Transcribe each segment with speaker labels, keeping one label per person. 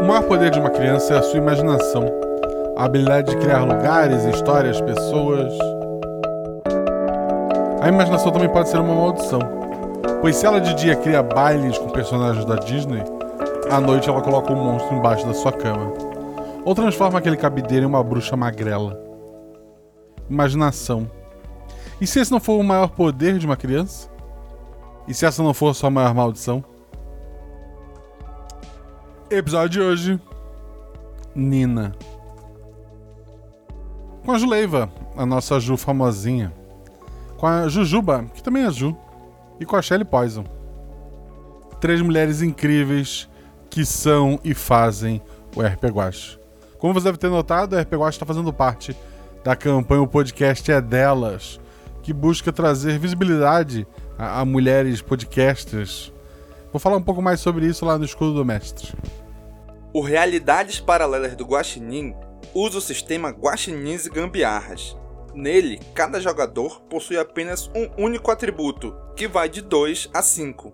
Speaker 1: O maior poder de uma criança é a sua imaginação. A habilidade de criar lugares, histórias, pessoas. A imaginação também pode ser uma maldição. Pois se ela de dia cria bailes com personagens da Disney, à noite ela coloca um monstro embaixo da sua cama. Ou transforma aquele cabideiro em uma bruxa magrela. Imaginação. E se esse não for o maior poder de uma criança? E se essa não for a sua maior maldição? Episódio de hoje: Nina. Com a Juleiva, a nossa Ju famosinha. Com a Jujuba, que também é Ju. E com a Shelley Poison. Três mulheres incríveis que são e fazem o RP Guache. Como você deve ter notado, o RP Guache está fazendo parte da campanha O Podcast é Delas, que busca trazer visibilidade a, a mulheres podcasters. Vou falar um pouco mais sobre isso lá no Escudo do Mestre.
Speaker 2: O Realidades Paralelas do Guaxinim usa o sistema Guaxinins e Gambiarras. Nele, cada jogador possui apenas um único atributo, que vai de 2 a 5.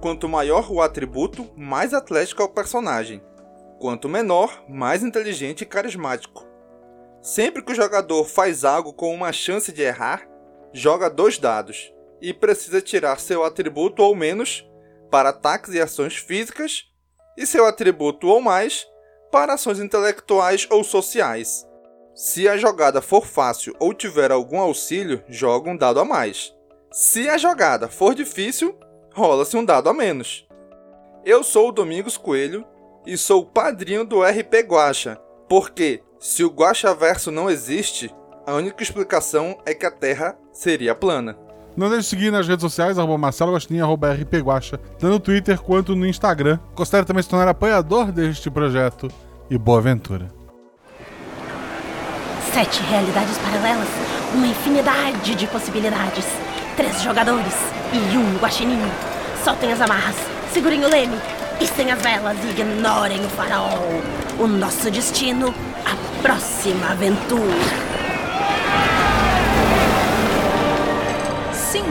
Speaker 2: Quanto maior o atributo, mais atlético é o personagem. Quanto menor, mais inteligente e carismático. Sempre que o jogador faz algo com uma chance de errar, joga dois dados e precisa tirar seu atributo ou menos para ataques e ações físicas, e seu atributo ou mais para ações intelectuais ou sociais. Se a jogada for fácil ou tiver algum auxílio, joga um dado a mais. Se a jogada for difícil, rola-se um dado a menos. Eu sou o Domingos Coelho e sou o padrinho do RP Guacha, porque se o Guacha Verso não existe, a única explicação é que a Terra seria plana.
Speaker 1: Não deixe de seguir nas redes sociais, arroba Marcelo Agostinho, arroba RP Guaxa, tanto no Twitter quanto no Instagram. Considere também se tornar apoiador deste projeto e boa aventura.
Speaker 3: Sete realidades paralelas, uma infinidade de possibilidades. Três jogadores e um guaxinim. Soltem as amarras, segurem o leme, istem as velas e ignorem o farol. O nosso destino, a próxima aventura.
Speaker 4: 5,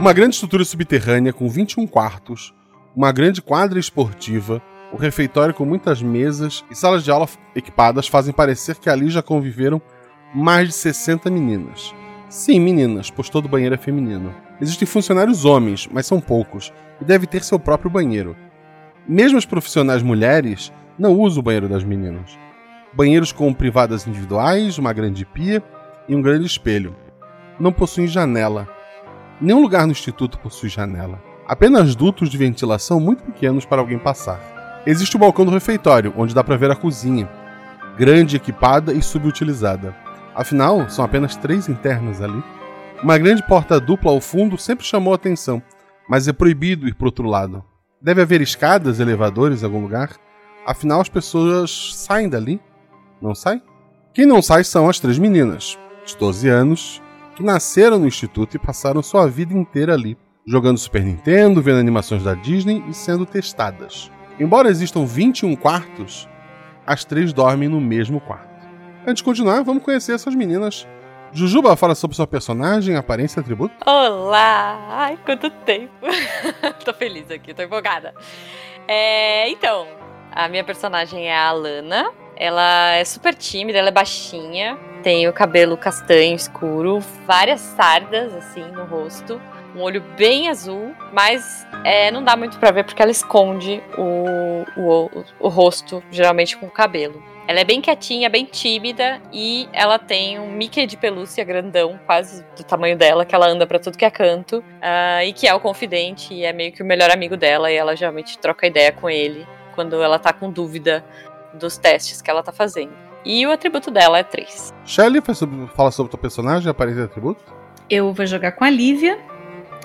Speaker 1: Uma grande estrutura subterrânea com 21 quartos, uma grande quadra esportiva, um refeitório com muitas mesas e salas de aula f- equipadas fazem parecer que ali já conviveram mais de 60 meninas. Sim, meninas, pois todo banheiro é feminino. Existem funcionários homens, mas são poucos, e deve ter seu próprio banheiro. Mesmo as profissionais mulheres não usam o banheiro das meninas. Banheiros com privadas individuais, uma grande pia e um grande espelho. Não possuem janela, Nenhum lugar no instituto possui janela. Apenas dutos de ventilação muito pequenos para alguém passar. Existe o balcão do refeitório, onde dá para ver a cozinha, grande, equipada e subutilizada. Afinal, são apenas três internas ali. Uma grande porta dupla ao fundo sempre chamou a atenção, mas é proibido ir para outro lado. Deve haver escadas, elevadores em algum lugar. Afinal, as pessoas saem dali. Não saem? Quem não sai são as três meninas, de 12 anos, que nasceram no instituto e passaram sua vida inteira ali, jogando Super Nintendo, vendo animações da Disney e sendo testadas. Embora existam 21 quartos, as três dormem no mesmo quarto. Antes de continuar, vamos conhecer essas meninas Jujuba fala sobre sua personagem, aparência e atributo.
Speaker 5: Olá! Ai, quanto tempo! tô feliz aqui, tô empolgada. É, então, a minha personagem é a Alana. Ela é super tímida, ela é baixinha, tem o cabelo castanho escuro, várias sardas assim no rosto, um olho bem azul, mas é, não dá muito pra ver porque ela esconde o, o, o rosto, geralmente com o cabelo. Ela é bem quietinha, bem tímida e ela tem um Mickey de pelúcia grandão, quase do tamanho dela, que ela anda pra tudo que é canto ah, e que é o confidente e é meio que o melhor amigo dela e ela geralmente troca ideia com ele quando ela tá com dúvida dos testes que ela tá fazendo. E o atributo dela é 3.
Speaker 1: Shelley faz sobre- fala sobre tua personagem, aparência e atributo.
Speaker 6: Eu vou jogar com a Lívia.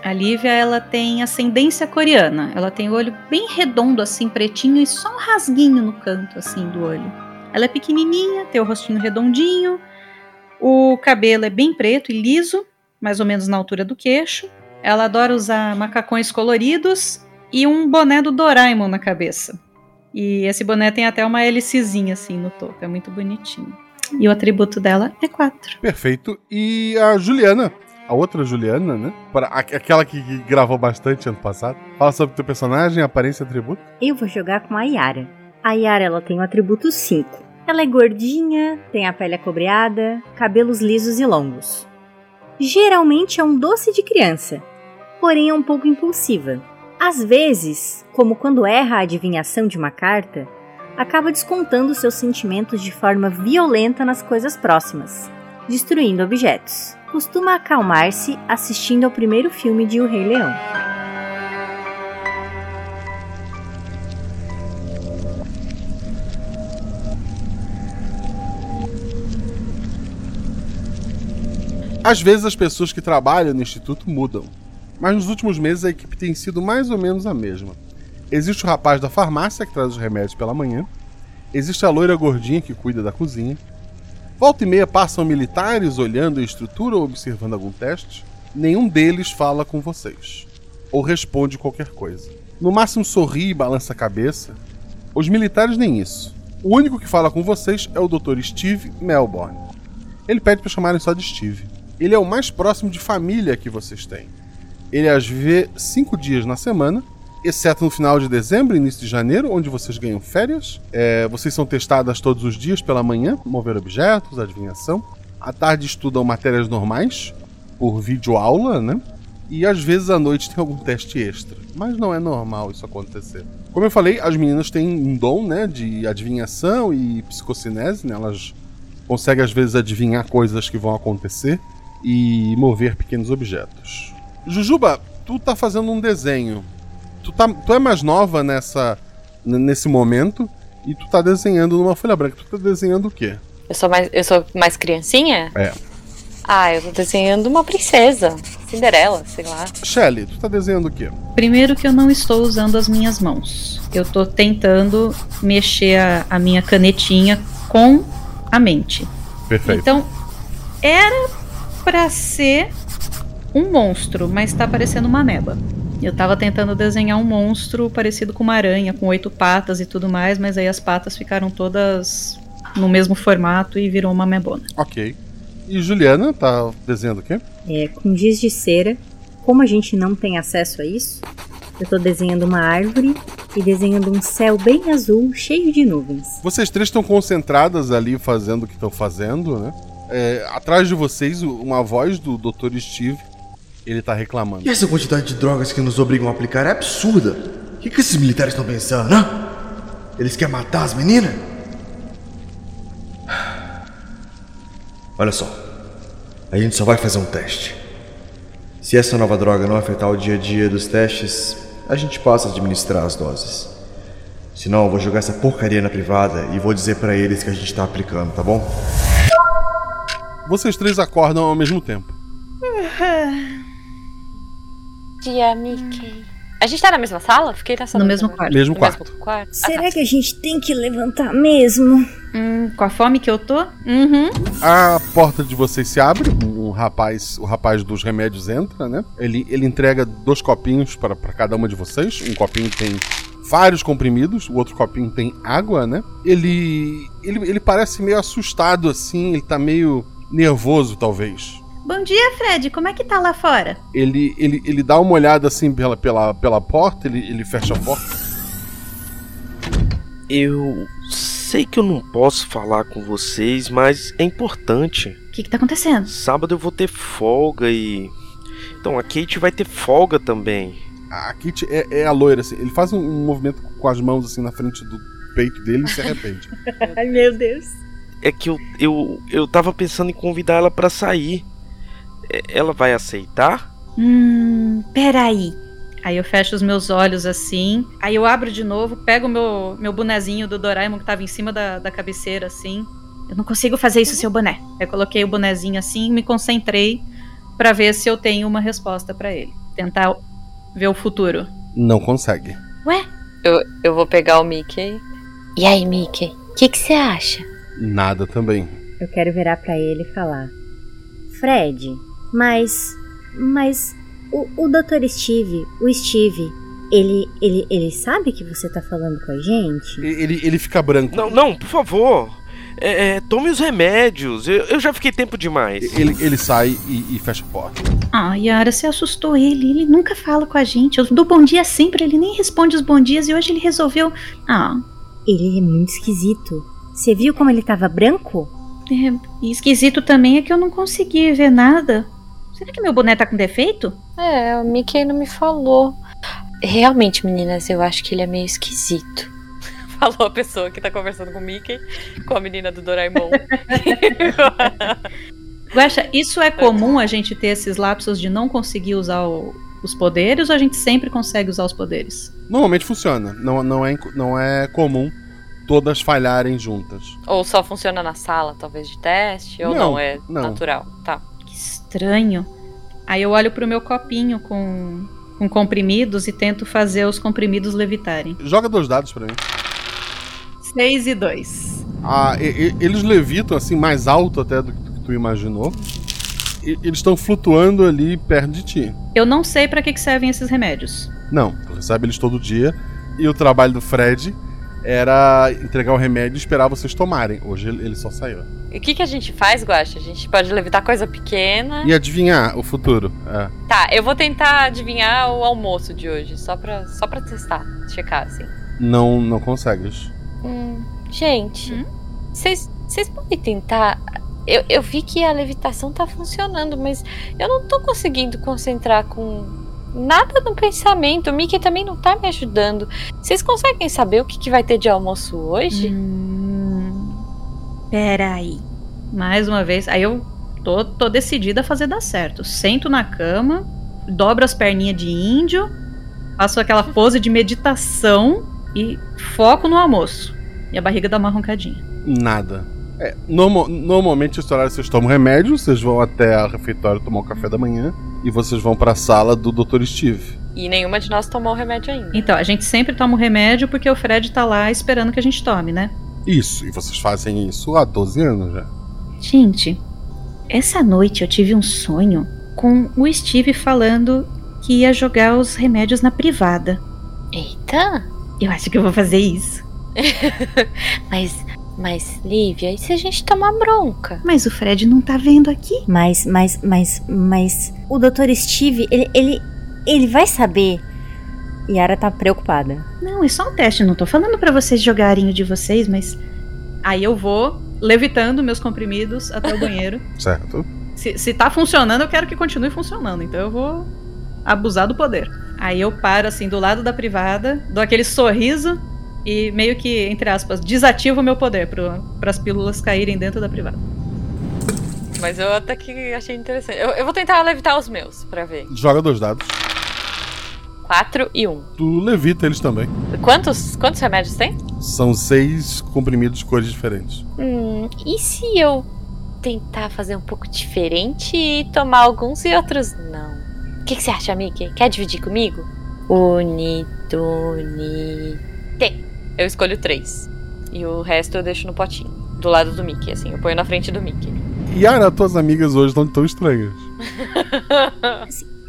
Speaker 6: A Lívia, ela tem ascendência coreana. Ela tem o olho bem redondo, assim, pretinho, e só um rasguinho no canto, assim, do olho. Ela é pequenininha, tem o rostinho redondinho. O cabelo é bem preto e liso, mais ou menos na altura do queixo. Ela adora usar macacões coloridos e um boné do Doraemon na cabeça. E esse boné tem até uma hélicezinha, assim, no topo. É muito bonitinho. E o atributo dela é 4.
Speaker 1: Perfeito. E a Juliana, a outra Juliana, né? Para a- aquela que que gravou bastante ano passado. Fala sobre teu personagem, aparência e atributo.
Speaker 7: Eu vou jogar com a Yara. A Yara ela tem o atributo 5. Ela é gordinha, tem a pele acobreada, cabelos lisos e longos. Geralmente é um doce de criança, porém é um pouco impulsiva. Às vezes, como quando erra a adivinhação de uma carta, acaba descontando seus sentimentos de forma violenta nas coisas próximas, destruindo objetos. Costuma acalmar-se assistindo ao primeiro filme de O Rei Leão.
Speaker 1: Às vezes as pessoas que trabalham no instituto mudam, mas nos últimos meses a equipe tem sido mais ou menos a mesma. Existe o rapaz da farmácia que traz os remédios pela manhã, existe a loira gordinha que cuida da cozinha. Volta e meia passam militares olhando a estrutura ou observando algum teste. Nenhum deles fala com vocês ou responde qualquer coisa. No máximo sorri e balança a cabeça. Os militares nem isso. O único que fala com vocês é o Dr. Steve Melbourne. Ele pede para chamarem só de Steve. Ele é o mais próximo de família que vocês têm. Ele as vê cinco dias na semana, exceto no final de dezembro e início de janeiro, onde vocês ganham férias. É, vocês são testadas todos os dias pela manhã, mover objetos, adivinhação. À tarde estudam matérias normais, por videoaula, né? E às vezes à noite tem algum teste extra. Mas não é normal isso acontecer. Como eu falei, as meninas têm um dom, né? De adivinhação e psicocinese, né? Elas consegue às vezes adivinhar coisas que vão acontecer e mover pequenos objetos. Jujuba, tu tá fazendo um desenho. Tu, tá, tu é mais nova nessa n- nesse momento e tu tá desenhando numa folha branca. Tu tá desenhando o quê?
Speaker 5: Eu sou mais, eu sou mais criancinha?
Speaker 1: É.
Speaker 5: Ah, eu tô desenhando uma princesa. Cinderela, sei lá.
Speaker 1: Shelley, tu tá desenhando o quê?
Speaker 6: Primeiro que eu não estou usando as minhas mãos. Eu tô tentando mexer a, a minha canetinha com a mente. Então, era pra ser um monstro, mas tá parecendo uma ameba. Eu tava tentando desenhar um monstro parecido com uma aranha, com oito patas e tudo mais, mas aí as patas ficaram todas no mesmo formato e virou uma amebona.
Speaker 1: Ok. E Juliana tá desenhando o quê?
Speaker 7: é, com giz de cera. Como a gente não tem acesso a isso, eu tô desenhando uma árvore e desenhando um céu bem azul, cheio de nuvens.
Speaker 1: Vocês três estão concentradas ali fazendo o que estão fazendo, né? É, atrás de vocês, o- uma voz do Dr. Steve, ele tá reclamando.
Speaker 2: E essa quantidade de drogas que nos obrigam a aplicar é absurda. O que, que esses militares estão pensando, hã? Eles querem matar as meninas? Olha só. A gente só vai fazer um teste. Se essa nova droga não afetar o dia a dia dos testes, a gente passa a administrar as doses. Se não, eu vou jogar essa porcaria na privada e vou dizer pra eles que a gente tá aplicando, tá bom?
Speaker 1: Vocês três acordam ao mesmo tempo.
Speaker 5: Dia Mickey. A gente tá na mesma sala? Fiquei nessa
Speaker 6: No
Speaker 5: dúvida,
Speaker 6: mesmo
Speaker 5: né?
Speaker 6: quarto.
Speaker 1: Mesmo
Speaker 5: No
Speaker 1: quarto.
Speaker 5: mesmo quarto? Ah,
Speaker 7: Será que a gente tem que levantar mesmo?
Speaker 6: Hum, com a fome que eu tô? Uhum.
Speaker 1: A porta de vocês se abre, o rapaz, o rapaz dos remédios entra, né? Ele, ele entrega dois copinhos para para cada uma de vocês. Um copinho tem vários comprimidos, o outro copinho tem água, né? Ele, ele ele parece meio assustado assim, ele tá meio nervoso, talvez.
Speaker 6: Bom dia, Fred. Como é que tá lá fora?
Speaker 1: Ele, ele, ele dá uma olhada assim pela, pela, pela porta, ele, ele fecha a porta.
Speaker 8: Eu sei que eu não posso falar com vocês, mas é importante.
Speaker 6: O que, que tá acontecendo?
Speaker 8: Sábado eu vou ter folga e. Então a Kate vai ter folga também.
Speaker 1: A Kit é, é a loira, assim. Ele faz um, um movimento com as mãos assim na frente do peito dele e se arrepende.
Speaker 7: Ai, meu Deus.
Speaker 8: É que eu, eu, eu tava pensando em convidar ela pra sair. É- Ela vai aceitar?
Speaker 6: Hum, peraí. Aí eu fecho os meus olhos assim. Aí eu abro de novo, pego o meu, meu bonezinho do Doraemon que tava em cima da, da cabeceira, assim. Eu não consigo fazer isso sem o boné. Aí eu coloquei o bonezinho assim e me concentrei pra ver se eu tenho uma resposta pra ele. Tentar ver o futuro.
Speaker 1: Não consegue.
Speaker 9: Eu, eu vou pegar o Mickey.
Speaker 3: E aí, Mickey, o que você acha?
Speaker 1: Nada também.
Speaker 7: Eu quero virar pra ele e falar: Fred, mas. Mas. O, o Dr. Steve, o Steve, ele, ele, ele sabe que você tá falando com a gente?
Speaker 1: E- Ele, ele fica branco.
Speaker 8: Não, não, por favor. É, é, tome os remédios. Eu, eu já fiquei tempo demais.
Speaker 1: E- Ele, ele sai e, e fecha a porta.
Speaker 6: Ah, Yara, você assustou ele. Ele nunca fala com a gente. Eu dou bom dia sempre, ele nem responde os bom dias e hoje ele resolveu. Ah,
Speaker 7: Ele é muito esquisito. Você viu como ele tava branco?
Speaker 6: é, e esquisito também é que eu não consegui ver nada. Será que meu boné tá com defeito?
Speaker 5: É, o Mickey não me falou. Realmente, meninas, eu acho que ele é meio esquisito.
Speaker 9: Falou a pessoa que tá conversando com o Mickey, com a menina do Doraemon.
Speaker 6: Guaxa, isso é comum a gente ter esses lapsos de não conseguir usar o- os poderes ou a gente sempre consegue usar os poderes?
Speaker 1: Normalmente funciona. Não, não, é, inco- não é comum todas falharem juntas.
Speaker 9: ou só funciona na sala, talvez, de teste, ou
Speaker 1: Não,
Speaker 9: não, é
Speaker 1: não.
Speaker 9: natural. Tá.
Speaker 6: Que estranho. Aí eu olho pro meu copinho com, com comprimidos e tento fazer os comprimidos levitarem.
Speaker 1: Joga dois dados pra mim.
Speaker 6: 6 e 2.
Speaker 1: Ah, e- e- eles levitam assim, mais alto até do que do que tu imaginou. E- eles estão flutuando ali perto de ti.
Speaker 6: Eu não sei pra que, que servem esses remédios.
Speaker 1: Não, tu recebe eles todo dia. E o trabalho do Fred era entregar o remédio e esperar vocês tomarem. Hoje ele ele só saiu.
Speaker 9: E o que, que a gente faz, Guaxa? A gente pode levitar coisa pequena.
Speaker 1: E adivinhar o futuro. É.
Speaker 9: Tá, eu vou tentar adivinhar o almoço de hoje, só pra, só pra testar, checar, assim.
Speaker 1: Não, não consegues.
Speaker 5: Hum, gente,
Speaker 6: Hum?
Speaker 5: vocês vocês podem tentar. Eu, eu vi que a levitação tá funcionando, mas eu não tô conseguindo concentrar com nada no pensamento. O Mickey também não tá me ajudando. Vocês conseguem saber o que, que vai ter de almoço hoje?
Speaker 6: Hum, peraí. Mais uma vez, aí eu tô, tô decidida a fazer dar certo. Sento na cama, dobro as perninhas de índio, faço aquela pose de meditação e foco no almoço. E a barriga dá uma roncadinha.
Speaker 1: Nada. É, norma- normalmente, esse horário vocês tomam remédio, vocês vão até a refeitório tomar o café da manhã e vocês vão pra sala do Dr. Steve.
Speaker 5: Hum.
Speaker 9: E nenhuma de nós tomou o remédio ainda.
Speaker 6: Então, a gente sempre toma o remédio porque o Fred tá lá esperando que a gente tome, né?
Speaker 1: Isso, e vocês fazem isso há 12 anos já.
Speaker 6: Gente, essa noite eu tive um sonho com o Steve falando que ia jogar os remédios na privada.
Speaker 5: Eita!
Speaker 6: Eu acho que eu vou fazer isso.
Speaker 5: Mas, mas, Lívia, e se a gente tomar bronca?
Speaker 6: Mas o Fred não tá vendo aqui.
Speaker 7: Mas, mas, mas, mas. O Dr. Steve, ele. ele, ele vai saber. Yara tá preocupada.
Speaker 6: Não, é só um teste. eu Não tô falando pra vocês jogarem o de vocês, mas. Aí eu vou levitando meus comprimidos até o banheiro.
Speaker 1: Certo?
Speaker 6: se, se tá funcionando, eu quero que continue funcionando. Então eu vou abusar do poder. Aí eu paro assim do lado da privada, dou aquele sorriso e meio que, entre aspas, desativo o meu poder para as pílulas caírem dentro da privada.
Speaker 9: Mas eu até que achei interessante. Eu, eu vou tentar levitar os meus, pra ver.
Speaker 1: Joga dois dados.
Speaker 9: Quatro e um.
Speaker 1: Tu levita eles também.
Speaker 9: Quantos, quantos remédios tem?
Speaker 1: São seis comprimidos de cores diferentes.
Speaker 5: Hum, e se eu tentar fazer um pouco diferente e tomar alguns e outros não? O que, que você acha, Mickey? Quer dividir comigo? Unituni.
Speaker 9: Eu escolho três. E o resto eu deixo no potinho. Do lado do Mickey, assim. Eu ponho na frente do Mickey.
Speaker 1: Yara, ah, tuas amigas hoje estão tão estranhas.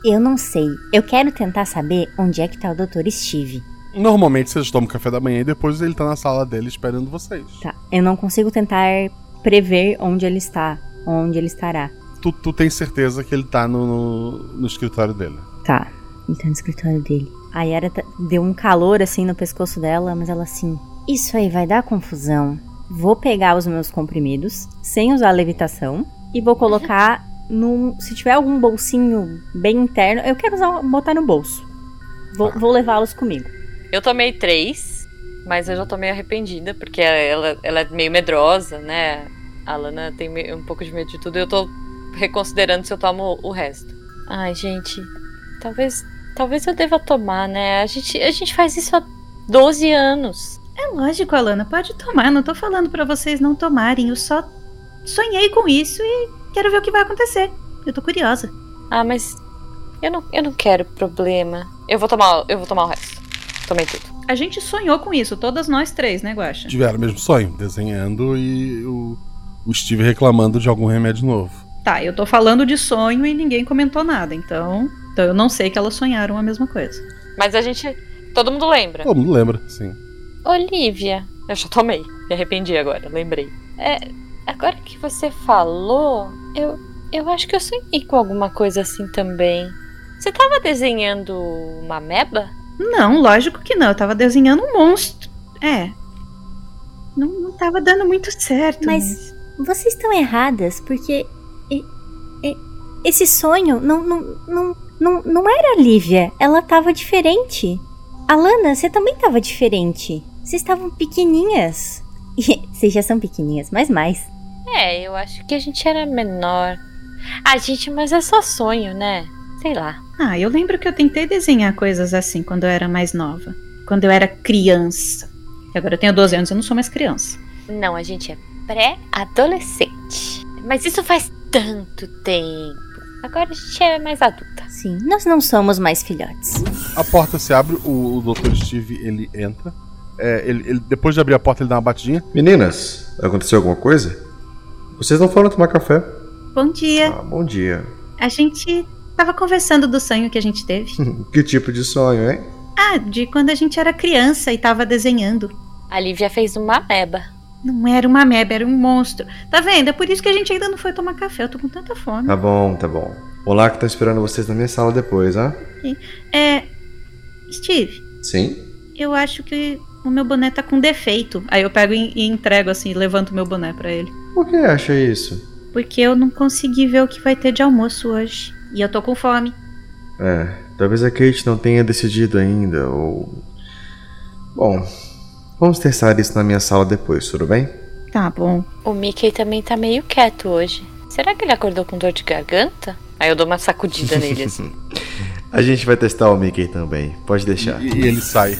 Speaker 7: Eu não sei. Eu quero tentar saber onde é que tá o Dr. Steve.
Speaker 1: Normalmente vocês tomam café da manhã e depois ele tá na sala dele esperando vocês.
Speaker 7: Tá. Eu não consigo tentar prever onde ele está. onde ele estará.
Speaker 1: Tu, tu tem certeza que ele tá no, no, no escritório dele.
Speaker 7: Tá, então no escritório dele. A Yara tá- deu um calor assim no pescoço dela, mas ela assim: Isso aí vai dar confusão. Vou pegar os meus comprimidos, sem usar a levitação, e vou colocar num. Se tiver algum bolsinho bem interno, eu quero usar, botar no bolso. Vou, vou levá-los comigo.
Speaker 9: Eu tomei três, mas eu já tô meio arrependida, porque ela, ela é meio medrosa, né? A Lana tem me- um pouco de medo de tudo e eu tô reconsiderando se eu tomo o resto.
Speaker 5: Ai, gente, talvez talvez eu deva tomar, né? A gente, a gente faz isso há 12 anos.
Speaker 6: É lógico, Alana, pode tomar. Não tô falando pra vocês não tomarem. Eu só sonhei com isso e quero ver o que vai acontecer. Eu tô curiosa.
Speaker 5: Ah, mas eu não, eu não quero problema.
Speaker 9: Eu vou tomar, eu vou tomar o resto. Tomei tudo.
Speaker 6: A gente sonhou com isso, todas nós três, né, Guaxa?
Speaker 1: Tiveram o mesmo sonho, desenhando e o, o Steve reclamando de algum remédio novo.
Speaker 6: Tá, eu tô falando de sonho e ninguém comentou nada, então. Então eu não sei que elas sonharam a mesma coisa.
Speaker 9: Mas a gente. Todo mundo lembra.
Speaker 1: Todo mundo lembra, sim.
Speaker 5: Olivia,
Speaker 9: Eu já tomei. Me arrependi agora, lembrei.
Speaker 5: é, agora que você falou, eu, eu acho que eu sonhei com alguma coisa assim também. Você tava desenhando uma meba?
Speaker 6: Não, lógico que não. Eu tava desenhando um monstro. É. Não, não tava dando muito certo.
Speaker 7: Mas vocês estão erradas, porque e- e- esse sonho não, não, não, não, não era a Lívia. Ela tava diferente. Alana, você também tava diferente. Vocês estavam pequenininhas. E vocês já são pequenininhas, mas mais.
Speaker 5: É, eu acho que a gente era menor. Ah, gente, mas é só sonho, né? Sei lá.
Speaker 6: Ah, eu lembro que eu tentei desenhar coisas assim quando eu era mais nova. Quando eu era criança. E agora eu tenho 12 anos, eu não sou mais criança.
Speaker 5: Não, a gente é pré-adolescente. Mas isso faz tanto tempo. Agora a gente é mais adulta.
Speaker 7: Sim, nós não somos mais filhotes.
Speaker 1: A porta se abre, o, o Dr. Steve ele entra. É, ele- ele- depois de abrir a porta, ele dá uma batidinha.
Speaker 10: Meninas, aconteceu alguma coisa? Vocês não foram tomar café?
Speaker 6: Bom dia.
Speaker 10: Ah, bom dia.
Speaker 6: A gente tava conversando do sonho que a gente teve.
Speaker 10: que tipo de sonho, hein?
Speaker 6: Ah, de quando a gente era criança e tava desenhando.
Speaker 5: A Lívia fez uma meba.
Speaker 6: Não era uma ameba, era um monstro. Tá vendo? É por isso que a gente ainda não foi tomar café. Eu tô com tanta fome.
Speaker 10: Tá bom, tá bom. Olá que tá esperando vocês na minha sala depois, ah?
Speaker 6: É. Steve,
Speaker 10: Sim?
Speaker 6: eu acho que o meu boné tá com defeito. Aí eu pego e, e entrego assim, levanto o meu boné pra ele.
Speaker 10: Por que acha isso?
Speaker 6: Porque eu não consegui ver o que vai ter de almoço hoje. E eu tô com fome.
Speaker 10: É, talvez a Kate não tenha decidido ainda, ou. Bom, vamos testar isso na minha sala depois, tudo bem?
Speaker 6: Tá bom.
Speaker 5: O Mickey também tá meio quieto hoje. Será que ele acordou com dor de garganta?
Speaker 9: Aí eu dou uma sacudida nele assim.
Speaker 10: A gente vai testar o Mickey também, pode deixar.
Speaker 1: E, ele sai.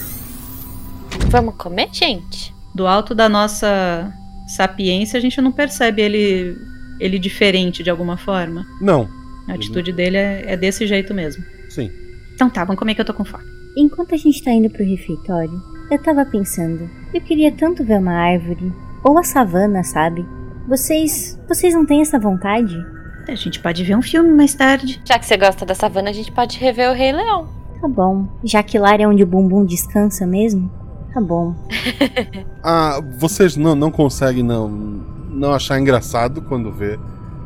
Speaker 5: Vamos comer, gente?
Speaker 6: Do alto da nossa sapiência, a gente não percebe ele, ele diferente de alguma forma.
Speaker 1: Não.
Speaker 6: A atitude dele é, é desse jeito mesmo.
Speaker 1: Sim.
Speaker 6: Então tá, vamos comer que eu tô com fome.
Speaker 7: Enquanto a gente tá indo pro refeitório, eu tava pensando, eu queria tanto ver uma árvore. Ou a savana, sabe? Vocês. vocês não têm essa vontade?
Speaker 6: A gente pode ver um filme mais tarde.
Speaker 5: Já que você gosta da savana, a gente pode rever o Rei Leão.
Speaker 7: Tá bom. Já que lá é onde o bumbum descansa mesmo? Tá bom.
Speaker 1: Ah, vocês não, não conseguem não, não achar engraçado quando vê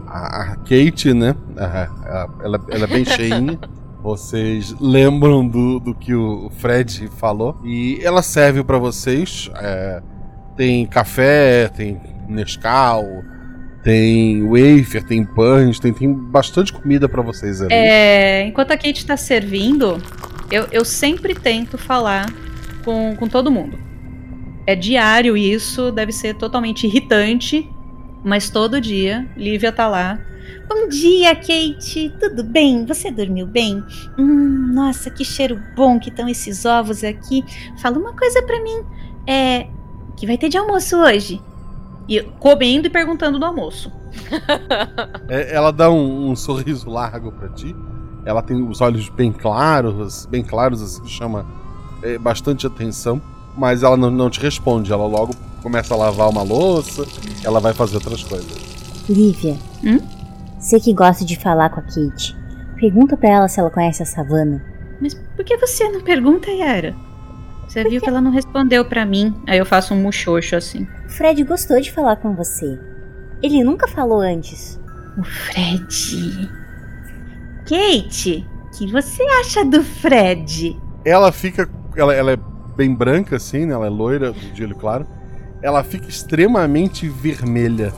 Speaker 1: a, a Kate, né? A- a- ela, ela é bem cheinha. Vocês lembram do, do que o Fred falou. E ela serve pra vocês. é, tem café, tem Nescau, tem wafer, tem pães, tem, tem bastante comida pra vocês ali.
Speaker 6: É, enquanto a Kate tá servindo, eu, eu sempre tento falar com, com todo mundo. É diário isso, deve ser totalmente irritante, mas todo dia Lívia tá lá. Bom dia, Kate! Tudo bem? Você dormiu bem? Hum, nossa, que cheiro bom que estão esses ovos aqui. Fala uma coisa pra mim. É. o Que vai ter de almoço hoje? E eu comendo e perguntando do almoço.
Speaker 1: É, ela dá um, um sorriso largo pra ti. Ela tem os olhos bem claros, bem claros, assim, que chama é, bastante atenção. Mas ela não, não te responde. Ela logo começa a lavar uma louça, ela vai fazer outras coisas.
Speaker 7: Lívia. Você que gosta de falar com a Kate. Pergunta pra ela se ela conhece a savana.
Speaker 6: Mas por que você não pergunta, Yara? Você viu que ela não respondeu pra mim. Aí eu faço um muxoxo assim.
Speaker 7: O Fred gostou de falar com você. Ele nunca falou antes.
Speaker 6: O Fred. Kate, o que você acha do Fred?
Speaker 1: Ela fica. Ela, ela é bem branca, assim, né? Ela é loira, de olho claro. Ela fica extremamente vermelha.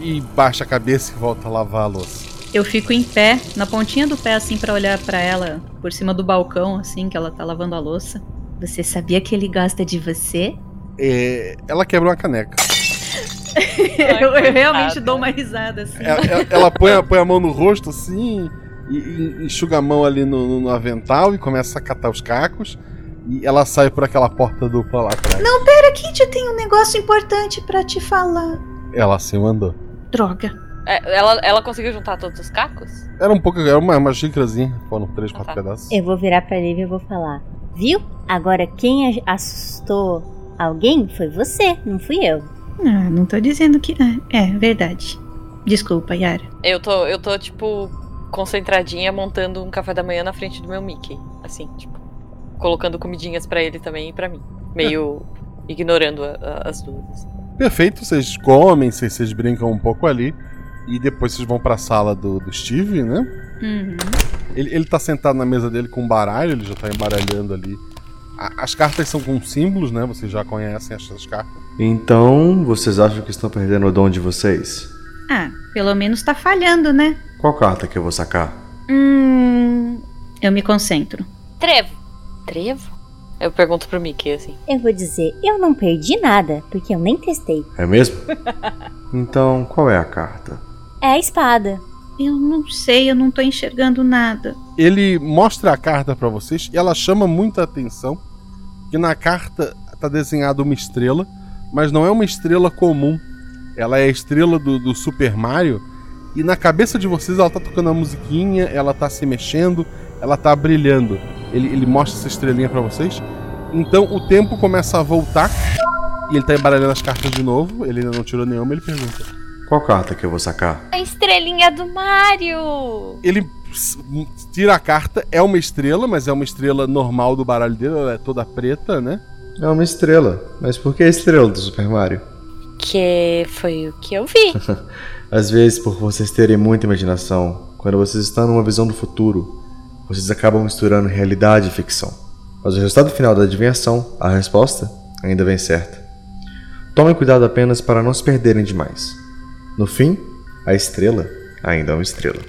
Speaker 1: E, e baixa a cabeça e volta a lavar a louça.
Speaker 6: Eu fico em pé, na pontinha do pé, assim, pra olhar pra ela por cima do balcão, assim, que ela tá lavando a louça. Você sabia que ele gosta de você?
Speaker 1: É, ela quebra uma caneca.
Speaker 6: eu, eu realmente dou uma risada, assim.
Speaker 1: Ela, ela- É, ela põe, a- põe a mão no rosto assim, e, e enxuga a mão ali no, no- no avental e começa a catar os cacos. E ela sai por aquela porta dupla lá atrás.
Speaker 6: Não, pera, Kate, eu tenho um negócio importante pra te falar.
Speaker 1: Ela se mandou.
Speaker 6: Droga.
Speaker 9: É, Ela, ela conseguiu juntar todos os cacos?
Speaker 1: Era um pouco, era uma, uma xícarazinha. Foram três, quatro pedaços.
Speaker 7: Eu vou virar pra Lívia e vou falar. Viu? Agora quem a- assustou alguém foi você, não fui eu.
Speaker 6: Ah, não tô dizendo que. É, é verdade. Desculpa, Yara.
Speaker 9: Eu tô, eu tô, tipo, concentradinha montando um café da manhã na frente do meu Mickey. Assim, tipo, colocando comidinhas pra ele também e pra mim. Meio ignorando a- a- as duas. assim.
Speaker 1: Perfeito, vocês comem, vocês, vocês brincam um pouco ali. E depois vocês vão pra sala do, do Steve, né?
Speaker 6: Uhum.
Speaker 1: Ele, ele tá sentado na mesa dele com um baralho, ele já tá embaralhando ali. A- as cartas são com símbolos, né? Vocês já conhecem essas cartas.
Speaker 10: Então, vocês acham que estão perdendo o dom de vocês?
Speaker 6: Ah, pelo menos tá falhando, né?
Speaker 10: Qual carta que eu vou sacar?
Speaker 6: Hum. Eu me concentro.
Speaker 9: Trevo. Trevo? Eu pergunto pro Mickey, assim.
Speaker 7: Eu vou dizer, eu não perdi nada, porque eu nem testei.
Speaker 10: É mesmo? Então, qual é a carta?
Speaker 7: É a espada.
Speaker 6: Eu não sei, eu não tô enxergando nada.
Speaker 1: Ele mostra a carta pra vocês e ela chama muita atenção. Que na carta tá desenhada uma estrela, mas não é uma estrela comum. Ela é a estrela do, do Super Mario. E na cabeça de vocês ela tá tocando a musiquinha, ela tá se mexendo, ela tá brilhando. Ele, ele mostra essa estrelinha pra vocês. Então o tempo começa a voltar. E ele tá embaralhando as cartas de novo. Ele ainda não tirou nenhuma, ele pergunta.
Speaker 10: Qual carta que eu vou sacar?
Speaker 5: A estrelinha do Mario!
Speaker 1: ele s- tira a carta, é uma estrela, mas é uma estrela normal do baralho dele, ela é toda preta, né?
Speaker 10: É uma estrela. Mas por que a estrela do Super Mario?
Speaker 5: Que foi o que eu vi.
Speaker 10: Às vezes, por vocês terem muita imaginação, quando vocês estão numa visão do futuro, vocês acabam misturando realidade e ficção. Mas o resultado final da adivinhação, a resposta, ainda vem certa. Tomem cuidado apenas para não se perderem demais. No fim, a estrela ainda é uma estrela.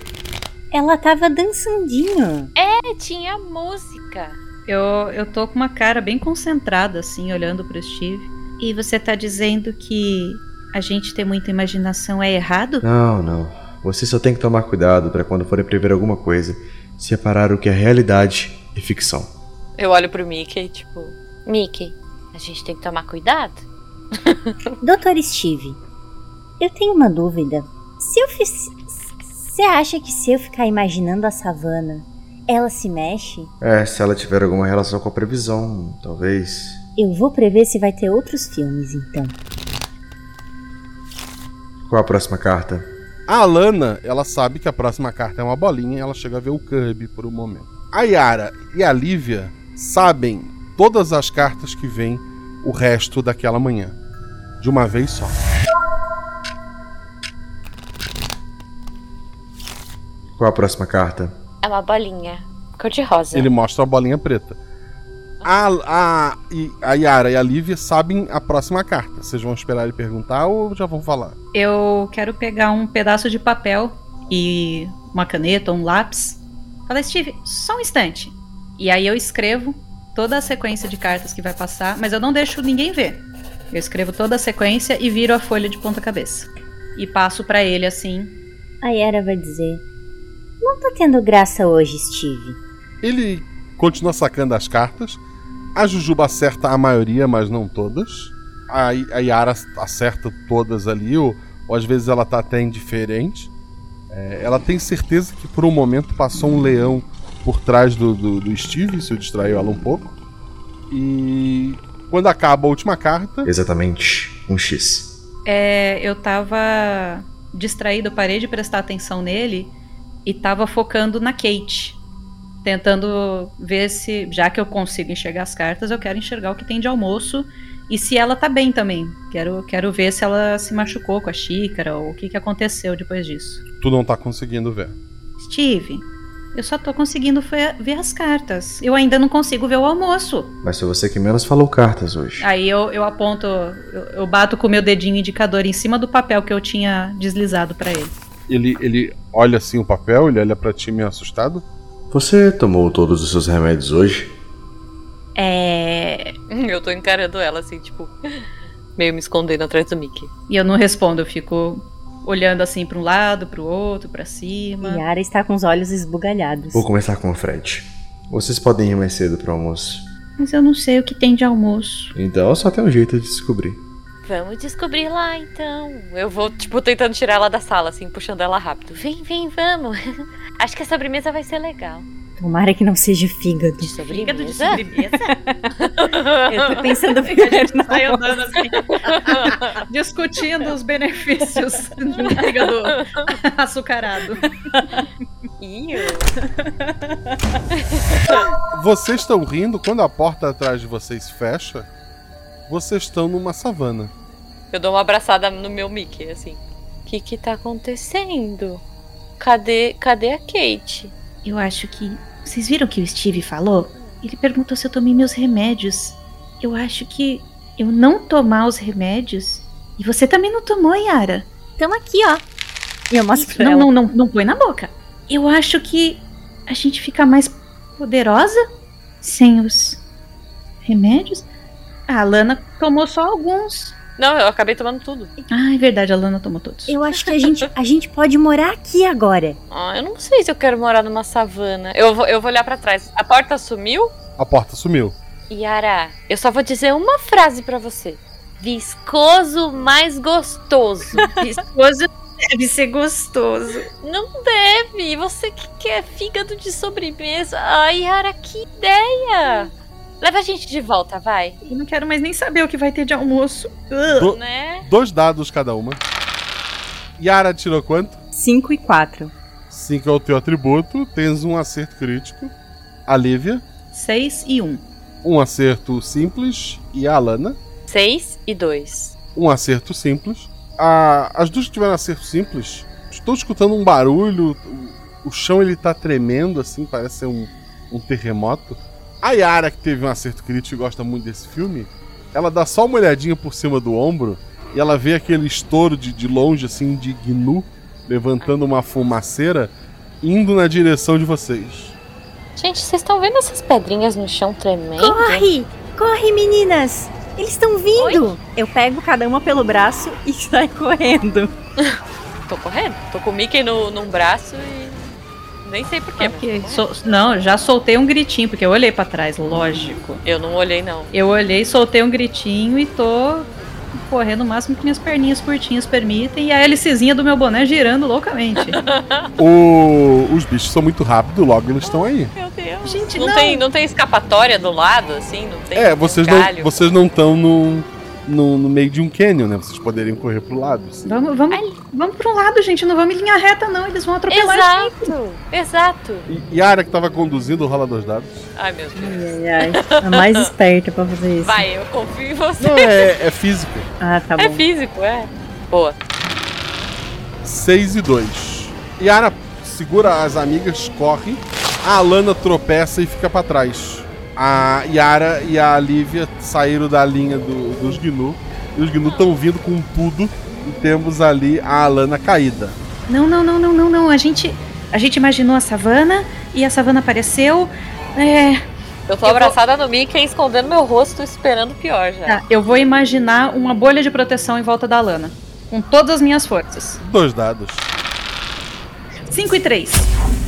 Speaker 7: Ela tava dançandinho.
Speaker 5: É, tinha música.
Speaker 6: Eu, eu tô com uma cara bem concentrada, assim, olhando pro Steve. E você tá dizendo que a gente ter muita imaginação é errado?
Speaker 10: Não, não. Vocês só têm que tomar cuidado para quando forem prever alguma coisa, separar o que é realidade e ficção.
Speaker 9: Eu olho pro Mickey, tipo.
Speaker 5: Mickey, a gente tem que tomar cuidado.
Speaker 7: Doutor Steve, eu tenho uma dúvida. Se eu fiz. Você acha que se eu ficar imaginando a savana, ela se mexe?
Speaker 10: É, se ela tiver alguma relação com a previsão, talvez.
Speaker 7: Eu vou prever se vai ter outros filmes, então.
Speaker 10: Qual a próxima carta?
Speaker 1: A Alana, ela sabe que a próxima carta é uma bolinha, ela chega a ver o Kirby por um momento. A Yara e a Lívia sabem todas as cartas que vêm o resto daquela manhã, de uma vez só.
Speaker 10: Qual a próxima carta?
Speaker 5: É uma bolinha. Cor de rosa.
Speaker 1: Ele mostra a bolinha preta. A, a, e- a Yara e a Lívia sabem a próxima carta. Vocês vão esperar ele perguntar ou já vão falar?
Speaker 6: Eu quero pegar um pedaço de papel e uma caneta, um lápis. Fala, Steve, só um instante. E aí eu escrevo toda a sequência de cartas que vai passar, mas eu não deixo ninguém ver. Eu escrevo toda a sequência e viro a folha de ponta cabeça. E passo pra ele assim.
Speaker 7: A Yara vai dizer: Não tá tendo graça hoje, Steve.
Speaker 1: Ele continua sacando as cartas. A Jujuba acerta a maioria, mas não todas. A, I- a Yara acerta todas ali, ou, ou às vezes ela tá até indiferente. É, ela tem certeza que por um momento passou um leão por trás do, do, do Steve, isso distraiu ela um pouco. E quando acaba a última carta.
Speaker 10: Exatamente, um X.
Speaker 6: É, eu tava distraído, parei de prestar atenção nele e tava focando na Kate. Tentando ver se, já que eu consigo enxergar as cartas, eu quero enxergar o que tem de almoço E se ela tá bem também. Quero, quero ver se ela se machucou com a xícara ou o que, que aconteceu depois disso.
Speaker 1: Tu não tá conseguindo ver.
Speaker 6: Steve, eu só tô conseguindo fe- ver as cartas. Eu ainda não consigo ver o almoço.
Speaker 10: Mas foi você que menos falou cartas hoje.
Speaker 6: Aí eu, eu aponto, eu, eu bato com o meu dedinho indicador em cima do papel que eu tinha deslizado pra ele.
Speaker 1: Ele, ele olha assim o papel, ele olha pra ti meio assustado.
Speaker 10: Você tomou todos os seus remédios hoje?
Speaker 9: É. Eu tô encarando ela assim, tipo. Meio me escondendo atrás do Mickey.
Speaker 6: E eu não respondo, eu fico olhando assim pra um lado, pro outro, pra cima.
Speaker 7: Yara está com os olhos esbugalhados.
Speaker 10: Vou começar com o Fred. Vocês podem ir mais cedo pro almoço.
Speaker 6: Mas eu não sei o que tem de almoço.
Speaker 10: Então só tem um jeito de descobrir.
Speaker 9: Vamos descobrir lá então. Eu vou, tipo, tentando tirar ela da sala, assim, puxando ela rápido.
Speaker 5: Vem, vem, vamos. Acho que a sobremesa vai ser legal.
Speaker 7: Tomara que não seja fígado.
Speaker 5: Fígado de sobremesa?
Speaker 7: Eu tô pensando primeiro na
Speaker 6: Sai andando assim, discutindo os benefícios do fígado açucarado.
Speaker 1: Vocês estão rindo quando a porta atrás de vocês fecha. Vocês estão numa savana.
Speaker 9: Eu dou uma abraçada no meu Mickey, assim.
Speaker 5: O que que tá acontecendo? Cadê, cadê a Kate?
Speaker 6: Eu acho que. Vocês viram o que o Steve falou? Ele perguntou se eu tomei meus remédios. Eu acho que eu não tomar os remédios. E você também não tomou, Yara.
Speaker 7: Então aqui, ó. E eu mostro pra
Speaker 6: Não,
Speaker 7: ela.
Speaker 6: não, não, não põe na boca. Eu acho que a gente fica mais poderosa sem os remédios. Ah, A Lana tomou só alguns.
Speaker 9: Não, eu acabei tomando tudo.
Speaker 6: Ah, é verdade, a Lana tomou todos.
Speaker 7: Eu acho que a gente, a gente pode morar aqui agora.
Speaker 9: Ah, eu não sei se eu quero morar numa savana. Eu vou, eu vou olhar pra trás. A porta sumiu?
Speaker 1: A porta sumiu.
Speaker 5: Yara, eu só vou dizer uma frase pra você. Viscoso mais gostoso.
Speaker 6: Gostoso deve ser gostoso.
Speaker 5: Não deve. Você que quer fígado de sobremesa. Ai, Yara, que ideia. Leva a gente de volta, vai.
Speaker 6: Eu não quero mais nem saber o que vai ter de almoço.
Speaker 1: Do-
Speaker 5: Né?
Speaker 1: Dois dados cada uma. Yara tirou quanto?
Speaker 7: 5 e 4.
Speaker 1: 5 é o teu atributo. Tens um acerto crítico. A Lívia,
Speaker 6: 6 e 1. Um.
Speaker 1: um acerto simples. E a Alana,
Speaker 9: Seis e dois.
Speaker 1: um acerto simples. A- as duas que tiveram acerto simples, estou escutando um barulho, o, o chão ele tá tremendo, assim, parece ser um, um terremoto. A Yara, que teve um acerto crítico e gosta muito desse filme, ela dá só uma olhadinha por cima do ombro e ela vê aquele estouro de, de longe, assim, de gnu, levantando uma fumaceira, indo na direção de vocês.
Speaker 5: Gente, vocês estão vendo essas pedrinhas no chão tremendo?
Speaker 7: Então, Corre! Corre, meninas! Eles estão vindo! Eu pego cada uma pelo braço e sai correndo.
Speaker 9: Tô correndo. Tô com o Mickey no, num braço e. Nem sei porquê.
Speaker 6: Ok. So- não, já soltei um gritinho, porque eu olhei pra trás, lógico.
Speaker 9: Eu não olhei, não.
Speaker 6: Eu olhei, soltei um gritinho e tô correndo o máximo que minhas perninhas curtinhas permitem. E a hélicezinha do meu boné girando loucamente.
Speaker 1: O- os bichos são muito rápidos, logo eles estão aí.
Speaker 9: Meu Deus.
Speaker 6: Gente,
Speaker 9: Não,
Speaker 6: não.
Speaker 9: Tem, não tem escapatória do lado, assim? Não tem
Speaker 1: É, vocês
Speaker 9: um
Speaker 1: não
Speaker 9: galho?
Speaker 1: vocês não estão no, no, no meio de um canyon, né? Vocês poderiam correr pro lado. Assim.
Speaker 6: Vamos, vamos, vamos pra um lado, gente. Não vamos em linha reta, não. Eles vão atropelar. a gente.
Speaker 5: Exato. Exato.
Speaker 1: E Yara que tava conduzindo rola dois dados.
Speaker 9: Ai, meu Deus.
Speaker 7: Ai, ai, ai. A mais esperta pra fazer isso.
Speaker 9: Vai, eu confio em você.
Speaker 1: Não, é, é física.
Speaker 7: Ah, tá
Speaker 9: É
Speaker 7: bom.
Speaker 9: físico, é. Boa.
Speaker 1: 6 e 2. Yara segura as amigas, corre. A Alana tropeça e fica pra trás. A Yara e a Lívia saíram da linha do- dos Gnu. E os Gnu estão vindo com tudo. E temos ali a Alana caída.
Speaker 6: Não, não, não, não, não, não. A gente, a gente imaginou a savana e a savana apareceu. É,
Speaker 9: Eu tô
Speaker 6: Eu vou-
Speaker 9: abraçada no Mickey, escondendo meu rosto, esperando o pior já.
Speaker 6: Tá, eu vou imaginar uma bolha de proteção em volta da Lana. Com todas as minhas forças.
Speaker 1: Dois dados.
Speaker 6: 5 e 3.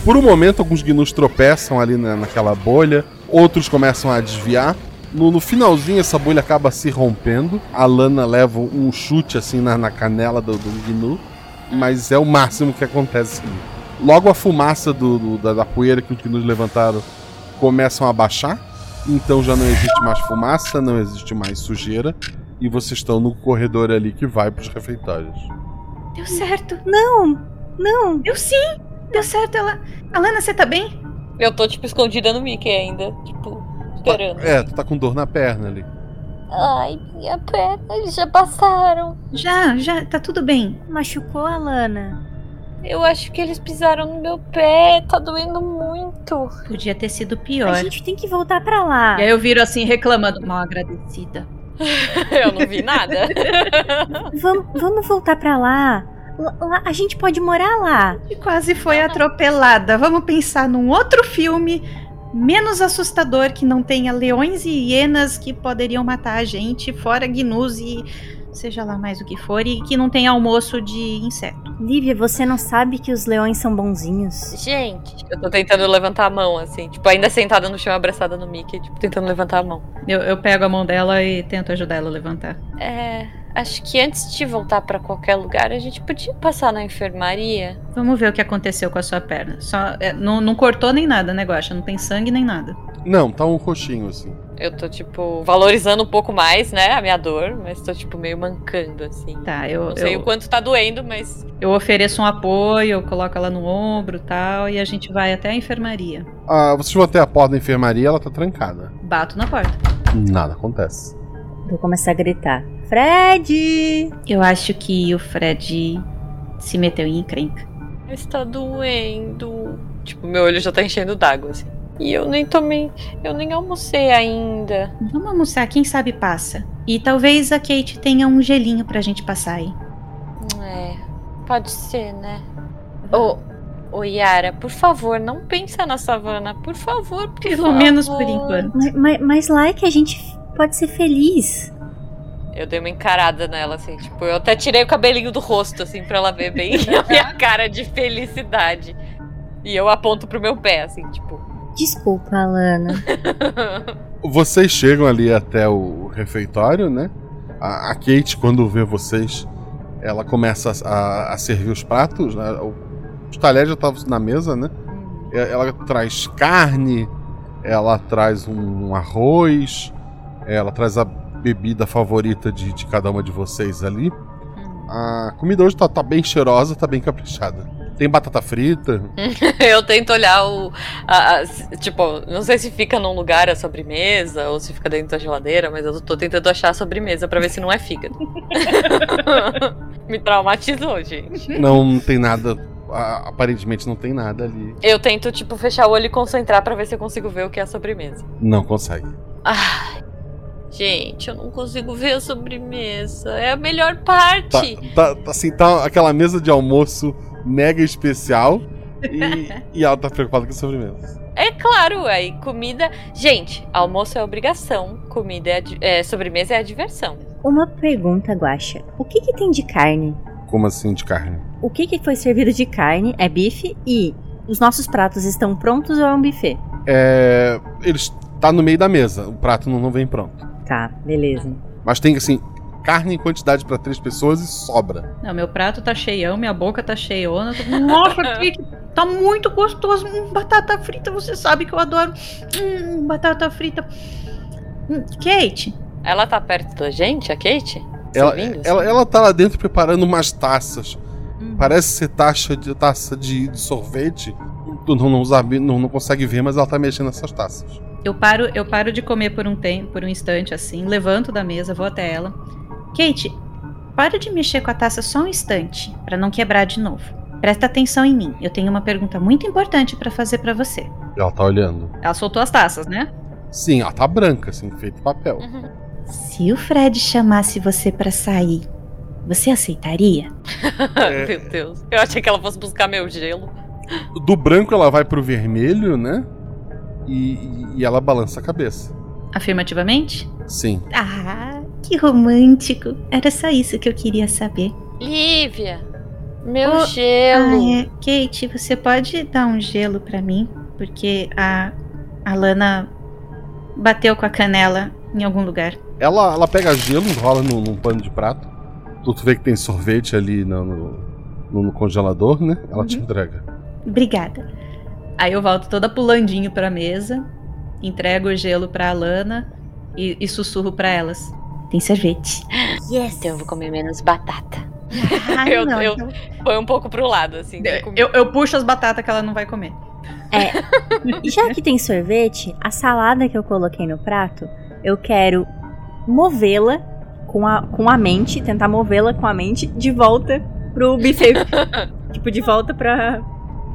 Speaker 1: Por um momento, alguns gnus tropeçam ali na- naquela bolha, outros começam a desviar. No, no finalzinho, essa bolha acaba se rompendo. A Lana leva um chute assim na, na canela do, do gnu, mas é o máximo que acontece. Logo, a fumaça do- do- da, da poeira que os gnus levantaram começam a baixar, então já não existe mais fumaça, não existe mais sujeira, e vocês estão no corredor ali que vai para os refeitórios.
Speaker 6: Deu certo.
Speaker 7: Não, não.
Speaker 6: Deu sim. Deu certo. Ela... Alana, você tá bem?
Speaker 9: Eu tô, tipo, escondida no Mickey ainda. Tipo, esperando.
Speaker 1: É, tu tá com dor na perna ali.
Speaker 3: Ai, minha perna, já passaram.
Speaker 6: Já, já, tá tudo bem.
Speaker 7: Machucou a Lana.
Speaker 3: Eu acho que eles pisaram no meu pé, tá doendo muito.
Speaker 6: Podia ter sido pior.
Speaker 7: A gente tem que voltar pra lá.
Speaker 6: E aí eu viro assim, reclamando, mal agradecida.
Speaker 5: Eu não vi nada.
Speaker 7: vamos, vamos voltar pra lá. Lá- lá- A gente pode morar lá.
Speaker 6: E quase foi atropelada. Vamos pensar num outro filme menos assustador que não tenha leões e hienas que poderiam matar a gente, fora gnus e seja lá mais o que for, e que não tenha almoço de inseto.
Speaker 7: Lívia, você não sabe que os leões são bonzinhos?
Speaker 3: Gente,
Speaker 5: Eu tô tentando levantar a mão, assim, tipo, ainda sentada no chão, abraçada no Mickey, tipo, tentando levantar a mão.
Speaker 6: Eu, eu pego a mão dela e tento ajudar ela a levantar.
Speaker 3: é. Acho que antes de voltar pra qualquer lugar, a gente podia passar na enfermaria.
Speaker 6: Vamos ver o que aconteceu com a sua perna. Só, é, não, não cortou nem nada, né, Guaxa? Não tem sangue nem nada.
Speaker 1: Não, tá um roxinho assim.
Speaker 5: Eu tô, tipo, valorizando um pouco mais, né, a minha dor, mas tô, tipo, meio mancando, assim.
Speaker 6: Tá, eu,
Speaker 5: Não sei
Speaker 6: eu,
Speaker 5: o quanto tá doendo, mas.
Speaker 6: eu ofereço um apoio, eu coloco ela no ombro e tal, e a gente vai até a enfermaria.
Speaker 1: Ah, vocês vão até a porta da enfermaria, ela tá trancada.
Speaker 6: Bato na porta.
Speaker 1: Nada acontece.
Speaker 7: Vou começar a gritar. Fred!
Speaker 6: Eu acho que o Fred se meteu em encrenca.
Speaker 5: Está doendo. Tipo, meu olho já tá enchendo d'água, assim.
Speaker 3: E eu nem tomei. Eu nem almocei ainda.
Speaker 6: Vamos almoçar, quem sabe passa. E talvez a Kate tenha um gelinho pra gente passar aí.
Speaker 3: É. Pode ser, né? Ô, ô Yara, por favor, não pensa na savana. Por favor, por
Speaker 6: Pelo
Speaker 3: favor.
Speaker 6: menos por enquanto.
Speaker 7: Mas, mas- mas lá é que a gente pode ser feliz.
Speaker 5: Eu dei uma encarada nela, assim, tipo, eu até tirei o cabelinho do rosto, assim, pra ela ver bem a minha cara de felicidade. E eu aponto pro meu pé, assim, tipo.
Speaker 7: Desculpa, Alana.
Speaker 1: Vocês chegam ali até o refeitório, né? A, a Kate, quando vê vocês, ela começa a, a- a servir os pratos, né? O- Os talheres já estavam na mesa, né? E- Ela traz carne, ela traz um, arroz, ela traz a bebida favorita de, de cada uma de vocês ali. A comida hoje tá, tá bem cheirosa, tá bem caprichada. Tem batata frita.
Speaker 5: eu tento olhar o. a- a- s- tipo, não sei se fica num lugar a sobremesa ou se fica dentro da geladeira, mas eu tô tentando achar a sobremesa pra ver se não é fígado. Me traumatizou, gente.
Speaker 1: Não tem nada. a- aparentemente não tem nada ali.
Speaker 5: Eu tento, tipo, fechar o olho e concentrar pra ver se eu consigo ver o que é a sobremesa.
Speaker 1: Não consegue.
Speaker 5: Ai, gente, eu não consigo ver a sobremesa. É a melhor parte.
Speaker 1: Tá, tá, tá assim, tá aquela mesa de almoço mega especial e ela tá preocupada com a sobremesa.
Speaker 5: É claro, aí comida. Gente, almoço é obrigação, comida é, a di- é, sobremesa é a diversão.
Speaker 7: Uma pergunta, Guaxa. O que, que tem de carne?
Speaker 1: Como assim de carne?
Speaker 7: O que, que foi servido de carne é bife e os nossos pratos estão prontos ou é um buffet?
Speaker 1: É. Eles tá no meio da mesa, o prato não, não vem pronto.
Speaker 7: Tá, beleza.
Speaker 1: Mas tem assim, carne em quantidade pra três pessoas e sobra.
Speaker 6: Não, meu prato tá cheião, minha boca tá cheiona. eu tô- Nossa, que que- tá muito gostoso. Hum, batata frita, você sabe que eu adoro. Hum, batata frita. Hum, Kate,
Speaker 5: Ela tá perto da gente, a Kate?
Speaker 1: Ela,
Speaker 5: Servindo,
Speaker 1: ela,
Speaker 5: assim?
Speaker 1: ela tá lá dentro preparando umas taças. Parece ser taxa de, taça de, de sorvete. Tu não, não, sabe- não, não consegue ver, mas ela tá mexendo nessas taças.
Speaker 6: eu paro, eu paro de comer por um tempo, por um instante assim, levanto da mesa, vou até ela. Kate, para de mexer com a taça só um instante, pra não quebrar de novo. Presta atenção em mim. Eu tenho uma pergunta muito importante pra fazer pra você.
Speaker 1: Ela tá olhando.
Speaker 6: Ela soltou as taças, né?
Speaker 1: Sim, ela tá branca, assim, feito papel.
Speaker 6: Se o Fred chamasse você pra sair, você aceitaria?
Speaker 1: É.
Speaker 5: Meu Deus. Eu achei que ela fosse buscar meu gelo.
Speaker 1: Do branco ela vai pro vermelho, né? E, e- e ela balança a cabeça.
Speaker 6: Afirmativamente?
Speaker 1: Sim.
Speaker 6: Ah, que romântico. Era só isso que eu queria saber.
Speaker 3: Lívia, meu
Speaker 6: Ô,
Speaker 3: gelo.
Speaker 6: Ah, é. Kate, você pode dar um gelo pra mim? Porque a, a Lana bateu com a canela em algum lugar.
Speaker 1: Ela, ela pega gelo, enrola num, num pano de prato. Tu, tu vê que tem sorvete ali no, no, no congelador, né? Ela te entrega.
Speaker 6: Obrigada. Aí eu volto toda pulandinho pra mesa, entrego o gelo pra Lana e, e sussurro pra elas. Tem sorvete.
Speaker 7: Yes!
Speaker 3: Então eu vou comer menos batata.
Speaker 6: Ah,
Speaker 5: Eu- eu- Foi um pouco pro lado, assim. que
Speaker 6: Eu, eu puxo as batatas que ela não vai comer.
Speaker 7: E já que tem sorvete, a salada que eu coloquei no prato, eu quero movê-la com a, com a mente, tentar movê-la com a mente de volta pro bíceps. tipo, de volta pra,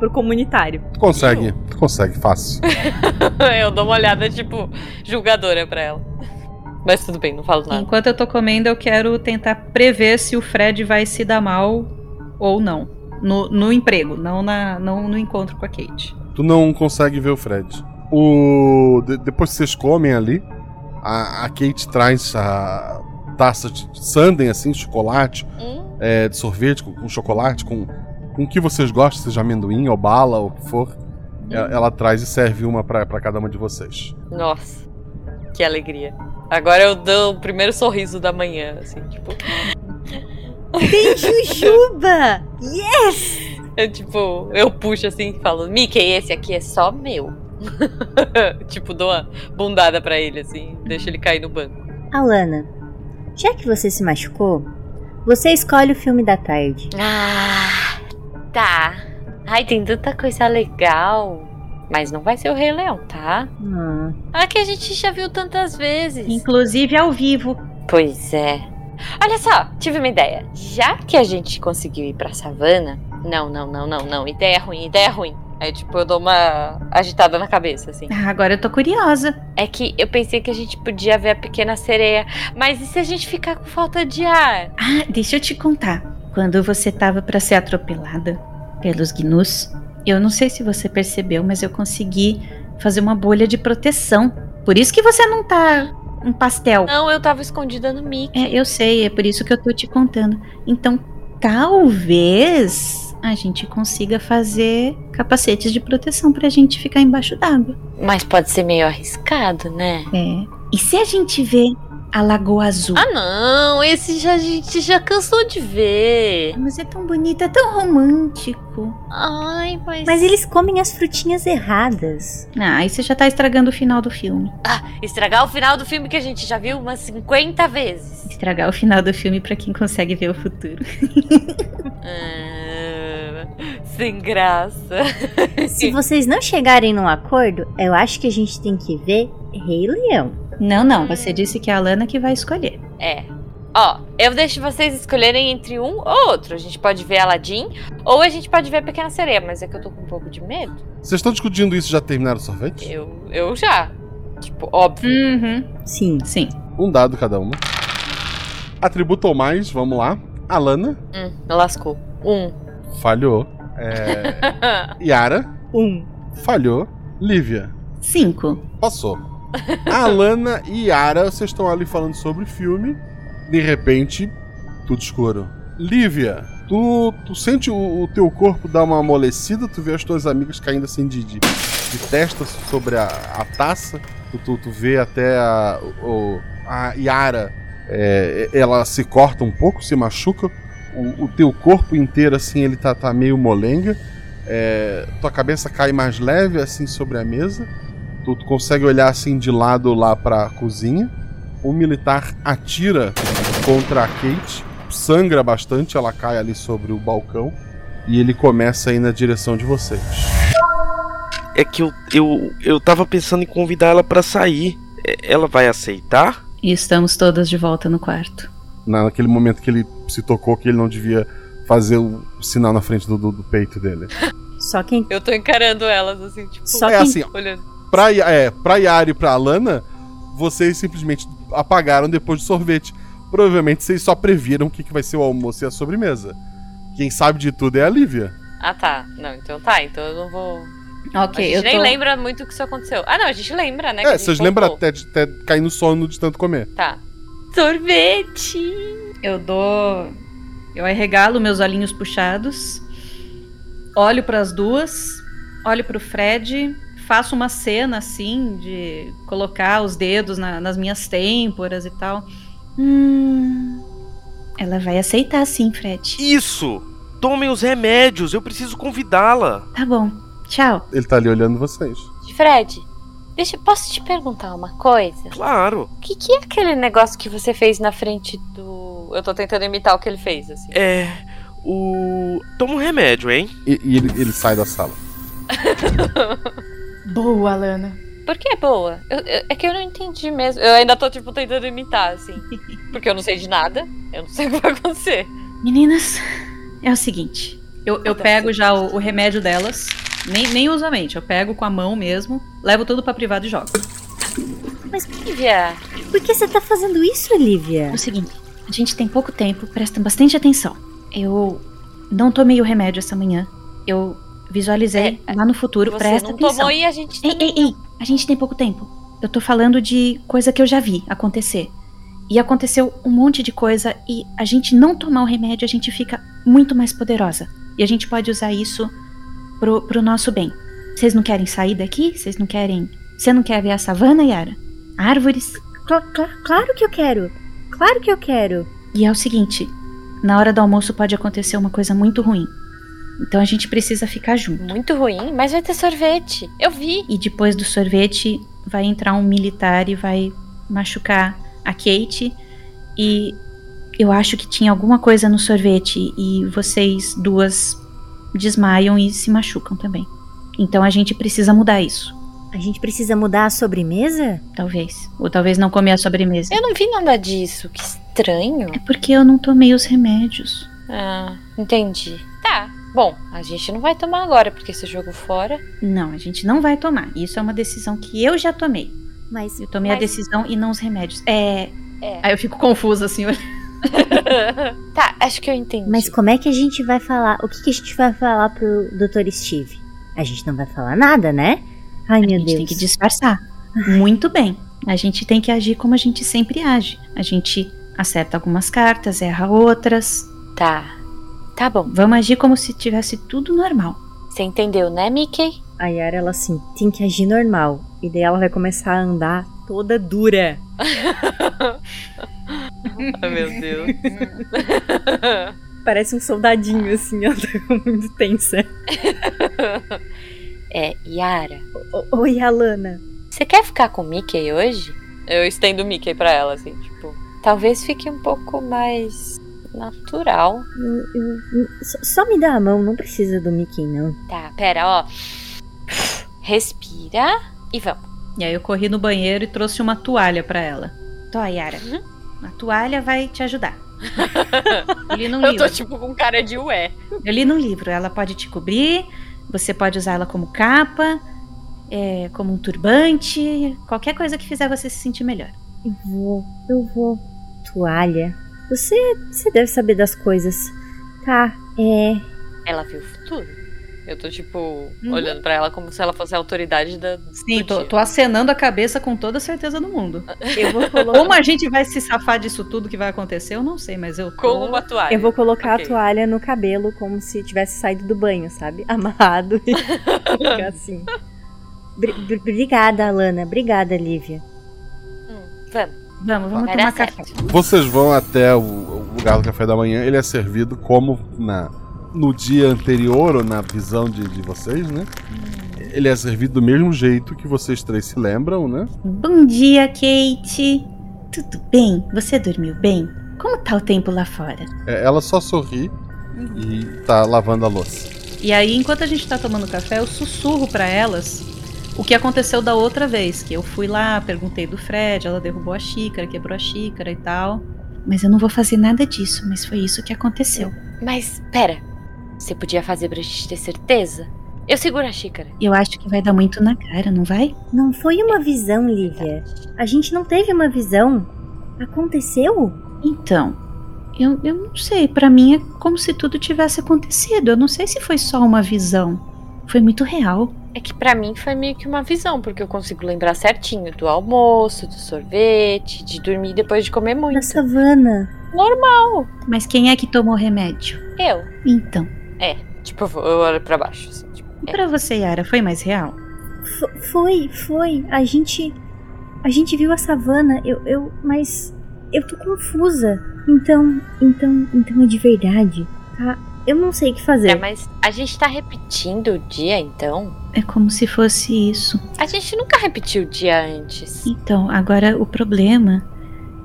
Speaker 7: pro comunitário.
Speaker 1: Tu consegue, tu consegue, fácil.
Speaker 9: eu dou uma olhada, tipo, julgadora pra ela. Mas tudo bem, não falo nada.
Speaker 6: Enquanto eu tô comendo, eu quero tentar prever se o Fred vai se dar mal ou não. No, no emprego, não, na, não no encontro com a Kate.
Speaker 1: Tu não consegue ver o Fred. O de- depois que vocês comem ali, a, a Kate traz a taça de sundae assim, de chocolate,
Speaker 3: um
Speaker 1: é, de sorvete com, com chocolate, com, com o que vocês gostam, seja amendoim ou bala ou o que for. E- Ela, traz e serve uma pra pra cada uma de vocês.
Speaker 9: Nossa, que alegria. Agora eu dou o primeiro sorriso da manhã, assim, tipo.
Speaker 7: Tem Jujuba! Yes!
Speaker 9: Eu, tipo, eu puxo assim e falo, Mickey, esse aqui é só meu. tipo, dou uma bundada pra ele, assim, deixa ele cair no banco.
Speaker 7: Alana, já que você se machucou, você escolhe o filme da tarde.
Speaker 5: Ah, tá. Ai, tem tanta coisa legal. Mas não vai ser o Rei Leão, tá?
Speaker 7: Ah,
Speaker 5: Ah, que a gente já viu tantas vezes.
Speaker 6: Inclusive ao vivo.
Speaker 5: Pois é. Olha só, tive uma ideia. Já que a gente conseguiu ir pra savana. Não, não, não, não, não. Ideia ruim, ideia ruim. Aí, tipo, eu dou uma agitada na cabeça, assim.
Speaker 6: Ah, Agora eu tô curiosa.
Speaker 5: É que eu pensei que a gente podia ver a pequena sereia. Mas e se a gente ficar com falta de ar?
Speaker 6: Ah, deixa eu te contar. Quando você tava pra ser atropelada pelos gnus, eu não sei se você percebeu, mas eu consegui fazer uma bolha de proteção. Por isso que você não tá um pastel.
Speaker 5: Não, eu tava escondida no Mickey.
Speaker 6: É, eu sei, é por isso que eu tô te contando. Então, talvez a gente consiga fazer capacetes de proteção pra gente ficar embaixo d'água.
Speaker 5: Mas pode ser meio arriscado, né?
Speaker 6: É. E se a gente vê a Lagoa Azul?
Speaker 5: Ah, não, esse já, a gente já cansou de ver.
Speaker 6: Mas é tão bonito, é tão romântico.
Speaker 5: Ai, mas.
Speaker 7: Mas eles comem as frutinhas erradas.
Speaker 6: Ah, aí você já tá estragando o final do filme.
Speaker 5: Estragar o final do filme que a gente já viu umas 50 vezes.
Speaker 6: Estragar o final do filme pra quem consegue ver o futuro.
Speaker 5: Ah, sem graça.
Speaker 7: Se vocês não chegarem num acordo, eu acho que a gente tem que ver Rei Leão.
Speaker 6: Não, não, você disse que é a Lana que vai escolher.
Speaker 5: É. Ó, eu deixo vocês escolherem entre um ou outro. A gente pode ver Aladdin ou a gente pode ver Pequena Sereia, mas é que eu tô com um pouco de medo.
Speaker 1: Vocês estão discutindo isso já terminaram o sorvete?
Speaker 5: Eu, eu já. Tipo, óbvio.
Speaker 6: Uhum.
Speaker 7: Sim.
Speaker 6: Sim.
Speaker 1: Um dado cada uma. Atributo ou mais, vamos lá. Alana
Speaker 5: Hum, me lascou. Um.
Speaker 1: falhou. É, Yara
Speaker 7: Um.
Speaker 1: falhou. Lívia
Speaker 6: Cinco.
Speaker 1: Passou. A Alana e Yara, vocês estão ali falando sobre o filme. De repente, tudo escuro. Lívia, tu, tu sente o, o teu corpo dar uma amolecida, tu vê as tuas amigas caindo assim de, de, de testa sobre a, a taça. Tu, tu, tu vê até a, o, a Yara, é, ela se corta um pouco, se machuca. O, o teu corpo inteiro, assim, ele tá, tá meio molenga. É, tua cabeça cai mais leve, assim, sobre a mesa. Tu, tu consegue olhar assim de lado lá pra cozinha. O militar atira contra a Kate, sangra bastante, ela cai ali sobre o balcão e ele começa a ir na direção de vocês.
Speaker 8: É que eu, eu, eu tava pensando em convidar ela pra sair. É- Ela vai aceitar?
Speaker 6: E estamos todas de volta no quarto.
Speaker 1: Na- Naquele momento que ele se tocou que ele não devia fazer o sinal na frente do, do- do peito dele.
Speaker 7: Só quem.
Speaker 9: Eu tô encarando elas, assim, tipo,
Speaker 7: Só
Speaker 1: é
Speaker 7: quem.
Speaker 1: assim, ó,
Speaker 9: olhando.
Speaker 1: pra, Ya- é, pra Yara e pra Alana, vocês simplesmente apagaram depois do sorvete. Provavelmente vocês só previram o que, que vai ser o almoço e a sobremesa. Quem sabe de tudo é a Lívia.
Speaker 9: Ah, tá. Não, então tá, então eu não vou.
Speaker 6: Ok,
Speaker 9: a gente
Speaker 6: eu
Speaker 9: nem
Speaker 6: tô...
Speaker 9: lembra muito que isso aconteceu. Ah, não, a gente lembra, né? que a
Speaker 1: É,
Speaker 9: gente
Speaker 1: vocês lembram
Speaker 9: contou.
Speaker 1: até, de- até cair no sono de tanto comer.
Speaker 9: Tá.
Speaker 5: Sorvete!
Speaker 6: Eu dou. Eu arregalo meus olhinhos puxados, olho pras duas, olho pro Fred, faço uma cena assim de colocar os dedos na- nas minhas têmporas e tal. Hum. Ela vai aceitar sim, Fred.
Speaker 8: Isso! Tomem os remédios, eu preciso convidá-la.
Speaker 6: Tá bom. Tchau.
Speaker 1: Ele tá ali olhando vocês.
Speaker 5: Fred, deixa, posso te perguntar uma coisa?
Speaker 8: Claro.
Speaker 5: O que, que é aquele negócio que você fez na frente do.
Speaker 9: Eu tô tentando imitar o que ele fez, assim.
Speaker 8: É. O. Toma um remédio, hein?
Speaker 1: E, e ele, ele sai da sala.
Speaker 11: Boa, Alana.
Speaker 9: Por que é boa? Eu- eu- é que eu não entendi mesmo. Eu ainda tô, tipo, tentando imitar, assim. Porque eu não sei de nada. Eu não sei o que vai acontecer.
Speaker 6: Meninas, é o seguinte. Eu, eu pego já o, o remédio delas. Nem, nem uso a mente. Eu pego com a mão mesmo. Levo tudo pra privado e jogo.
Speaker 5: Mas, Lívia,
Speaker 7: Por que você tá fazendo isso, Olivia?
Speaker 6: É o seguinte, a gente tem pouco tempo, presta bastante atenção. Eu não tomei o remédio essa manhã. Eu visualizei lá no futuro,
Speaker 9: Você
Speaker 6: presta
Speaker 9: não
Speaker 6: atenção.
Speaker 9: tomou e a gente
Speaker 6: ei, ei, ei, a gente tem pouco tempo. Eu tô falando de coisa que eu já vi acontecer. E aconteceu um monte de coisa e a gente não tomar o remédio, a gente fica muito mais poderosa. E a gente pode usar isso pro, pro nosso bem. Vocês não querem sair daqui? Vocês não querem. Você não quer ver a savana, Yara? Árvores?
Speaker 7: claro que eu quero. Claro que eu quero.
Speaker 6: E é o seguinte: na hora do almoço pode acontecer uma coisa muito ruim. Então a gente precisa ficar junto.
Speaker 5: muito ruim, mas vai ter sorvete. Eu vi.
Speaker 6: E depois do sorvete vai entrar um militar e vai machucar a Kate. E eu acho que tinha alguma coisa no sorvete e vocês duas desmaiam e se machucam também. Então a gente precisa mudar isso.
Speaker 7: A gente precisa mudar a sobremesa?
Speaker 6: Talvez. Ou talvez não comer a sobremesa.
Speaker 5: Eu não vi nada disso. Que estranho.
Speaker 6: É porque eu não tomei os remédios.
Speaker 5: Ah, entendi. Tá. Bom, a gente não vai tomar agora, porque você jogou fora.
Speaker 6: Não, a gente não vai tomar. Isso é uma decisão que eu já tomei.
Speaker 7: Mas
Speaker 6: Eu tomei a
Speaker 5: Mas-
Speaker 6: decisão e não os remédios. É.
Speaker 5: É.
Speaker 6: Aí eu fico confusa, assim. olha.
Speaker 5: Tá, acho que eu entendi.
Speaker 7: Mas como é que a gente vai falar? O que, que a gente vai falar pro Dr. Steve? A gente não vai falar nada, né? Ai,
Speaker 6: a
Speaker 7: meu
Speaker 6: gente
Speaker 7: Deus.
Speaker 6: tem que disfarçar. Muito bem. A gente tem que agir como a gente sempre age. A gente acerta algumas cartas, erra outras.
Speaker 5: Tá. Tá bom.
Speaker 6: Vamos agir como se tivesse tudo normal.
Speaker 5: Você entendeu, né, Mickey?
Speaker 7: A Yara, ela assim, tem que agir normal. E daí ela vai começar a andar toda dura.
Speaker 9: Ai, meu Deus.
Speaker 7: Parece um soldadinho, assim, ela tá muito tensa.
Speaker 5: É, Yara.
Speaker 7: O- Oi, Alana.
Speaker 5: Você quer ficar com o Mickey hoje?
Speaker 9: Eu estendo o Mickey pra ela, assim, tipo...
Speaker 5: Talvez fique um pouco mais natural.
Speaker 7: Hum, hum, hum, só- Só me dá a mão, não precisa do Mickey, não.
Speaker 5: Tá, pera, ó. Respira e vamos.
Speaker 6: E aí eu corri no banheiro e trouxe uma toalha pra ela. Tó, Yara.
Speaker 9: Uhum.
Speaker 6: Uma toalha vai te ajudar. eu li num
Speaker 9: Eu tô,
Speaker 6: livro.
Speaker 9: tipo, com cara de ué.
Speaker 6: Eu li num livro. Ela pode te cobrir, você pode usar ela como capa, é, como um turbante, qualquer coisa que fizer você se sentir melhor.
Speaker 7: Eu vou, eu vou. Toalha. Você, você deve saber das coisas. Tá, é.
Speaker 5: Ela viu o futuro.
Speaker 9: Eu tô, tipo, olhando pra ela como se ela fosse a autoridade da...
Speaker 6: Sim,
Speaker 9: do
Speaker 6: tô,
Speaker 9: dia.
Speaker 6: tô acenando a cabeça com toda a certeza do mundo.
Speaker 7: Eu vou, colo-
Speaker 6: Como a gente vai se safar disso tudo que vai acontecer, eu não sei, mas eu tô...
Speaker 9: Com uma toalha.
Speaker 7: eu vou colocar
Speaker 9: Ok.
Speaker 7: a toalha no cabelo como se tivesse saído do banho, sabe? Amarrado e ficar assim. Bri- bri- Obrigada, Alana. Obrigada, Lívia.
Speaker 5: Hum, vamos.
Speaker 6: Vamos, vamos
Speaker 5: Vai
Speaker 6: tomar
Speaker 5: dar
Speaker 6: café.
Speaker 1: Vocês vão até o, o lugar do café da manhã, ele é servido como na, no dia anterior, ou na visão de, de vocês, né? Ele é servido do mesmo jeito que vocês três se lembram, né?
Speaker 6: Bom dia, Kate. Tudo bem? Você dormiu bem? Como tá o tempo lá fora?
Speaker 1: É, ela só sorri e tá lavando a louça.
Speaker 6: E aí, enquanto a gente tá tomando café, eu sussurro pra elas o que aconteceu da outra vez, que eu fui lá, perguntei do Fred, ela derrubou a xícara, quebrou a xícara e tal. Mas eu não vou fazer nada disso, mas foi isso que aconteceu.
Speaker 5: Mas, pera. Você podia fazer pra gente ter certeza? Eu seguro a xícara.
Speaker 6: Eu acho que vai dar muito na cara, não vai?
Speaker 7: Não foi uma visão, Lívia. A gente não teve uma visão. Aconteceu?
Speaker 6: Então, eu, eu não sei. Pra mim é como se tudo tivesse acontecido. Eu não sei se foi só uma visão. Foi muito real.
Speaker 5: É que pra mim foi meio que uma visão, porque eu consigo lembrar certinho do almoço, do sorvete, de dormir depois de comer muito.
Speaker 7: Na savana.
Speaker 6: Mas quem é que tomou o remédio?
Speaker 5: Eu.
Speaker 6: Então.
Speaker 9: Tipo, eu vou- eu olho pra baixo, assim, tipo...
Speaker 6: E pra você, Yara, foi mais real?
Speaker 7: Fo- foi, foi. A gente. A gente viu a savana. Eu. eu mas. Eu tô confusa. Então. Então. Então é de verdade. Tá? Eu não sei o que fazer.
Speaker 5: É, mas a gente tá repetindo o dia, então?
Speaker 6: É como se fosse isso.
Speaker 5: A gente nunca repetiu o dia antes.
Speaker 6: Então, agora o problema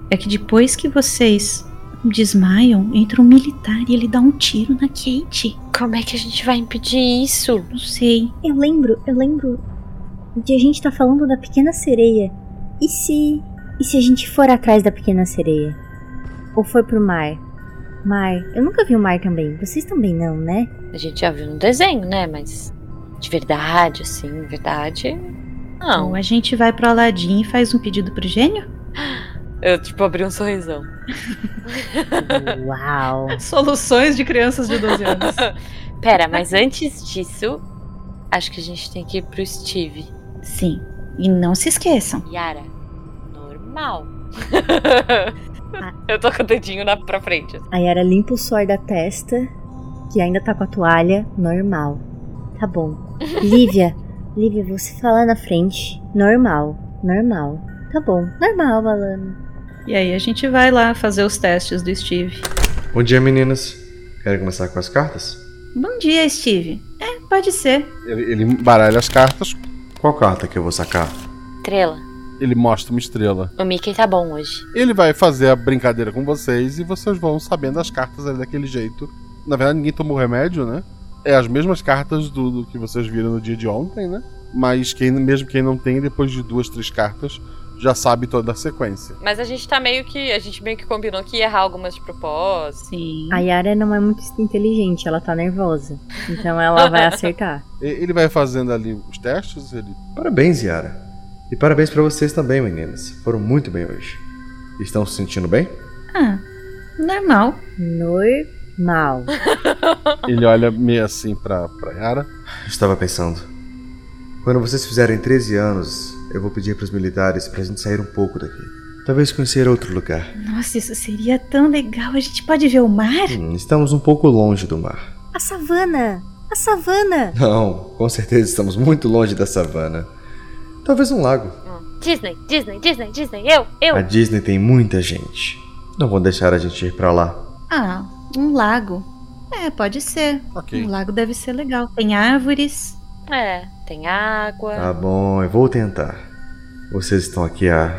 Speaker 6: é que depois que vocês desmaiam, entra um militar e ele dá um tiro na Kate.
Speaker 5: Como é que a gente vai impedir isso?
Speaker 6: Não sei.
Speaker 7: Eu lembro, eu lembro. E a gente tá falando da pequena sereia. E se. E se a gente for atrás da pequena sereia? Ou foi pro mar? Mar. Eu nunca vi o mar também. Vocês também não, né?
Speaker 5: A gente já viu no desenho, né? Mas de verdade, assim, verdade. Não.
Speaker 6: Ou a gente vai pro Aladim e faz um pedido pro gênio?
Speaker 5: Eu, tipo, abri um sorrisão.
Speaker 7: Uau!
Speaker 6: Soluções de crianças de 12 anos.
Speaker 5: Pera, mas antes disso, acho que a gente tem que ir pro Steve.
Speaker 6: Sim. E não se esqueçam.
Speaker 5: Yara, normal. Eu tô com o dedinho na, pra frente.
Speaker 7: A Yara limpa o suor da testa, que ainda tá com a toalha, normal. Tá bom. Lívia, Lívia, você fala na frente. Normal, normal. Tá bom, normal, Alana.
Speaker 6: E aí a gente vai lá fazer os testes do Steve.
Speaker 10: Bom dia, meninas. Querem começar com as cartas?
Speaker 6: Bom dia, Steve. É, pode ser.
Speaker 1: Ele, ele baralha as cartas.
Speaker 10: Qual carta que eu vou sacar?
Speaker 5: Trela,
Speaker 1: Ele mostra uma estrela.
Speaker 5: o Mickey tá bom hoje.
Speaker 1: Ele vai fazer a brincadeira com vocês e vocês vão sabendo as cartas ali daquele jeito. Na verdade, ninguém tomou remédio, né? É as mesmas cartas do, do que vocês viram no dia de ontem, né? Mas quem, mesmo quem não tem, depois de duas, três cartas, já sabe toda a sequência.
Speaker 9: Mas a gente tá meio que. A gente meio que combinou que ia errar algumas de propósito.
Speaker 6: Sim.
Speaker 7: A Yara não é muito inteligente, ela tá nervosa. Então ela vai acertar.
Speaker 1: E- Ele vai fazendo ali os testes, ele.
Speaker 10: Parabéns, Yara. E parabéns pra vocês também, meninas. Foram muito bem hoje. Estão se sentindo bem?
Speaker 6: Ah, normal.
Speaker 7: Normal.
Speaker 1: Ele olha meio assim pra, pra Yara.
Speaker 10: Estava pensando. Quando vocês fizerem 13 anos, eu vou pedir pros militares pra gente sair um pouco daqui. Talvez conhecer outro lugar.
Speaker 6: Nossa, isso seria tão legal. A gente pode ver o mar?
Speaker 10: Hum, estamos um pouco longe do mar.
Speaker 7: A savana! A savana!
Speaker 10: Não, com certeza estamos muito longe da savana. Talvez um lago.
Speaker 5: Ah. Disney, Disney, Disney, Disney, eu, eu.
Speaker 10: A Disney tem muita gente. Não vão deixar a gente ir pra lá.
Speaker 6: Ah, um lago. É, pode ser.
Speaker 1: Ok.
Speaker 6: Um lago deve ser legal. Tem árvores.
Speaker 5: É, tem água.
Speaker 10: Tá bom, eu vou tentar. Vocês estão aqui há.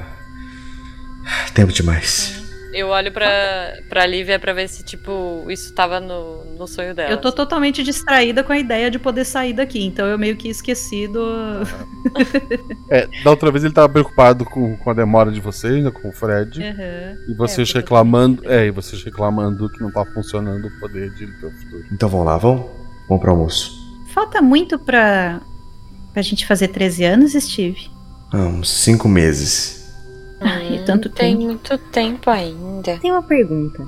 Speaker 10: tempo demais.
Speaker 9: Eu olho pra, pra Lívia pra ver se, tipo, isso tava no, no sonho dela.
Speaker 6: Eu tô totalmente distraída com a ideia de poder sair daqui, então eu meio que esqueci do.
Speaker 1: É, da outra vez ele tava preocupado com, com a demora de vocês, né? Com o Fred.
Speaker 6: Aham.
Speaker 1: E vocês
Speaker 6: É, porque eu tô
Speaker 1: reclamando. É, e vocês reclamando que não tá funcionando o poder de ele ter o futuro.
Speaker 10: Então vão lá, vão? Vão pro almoço.
Speaker 6: Falta muito pra. pra gente fazer 13 anos, Steve?
Speaker 10: Há Ah, uns cinco meses.
Speaker 6: Ai, é tanto
Speaker 5: Tem
Speaker 6: tempo.
Speaker 5: muito tempo ainda.
Speaker 7: Tem uma pergunta.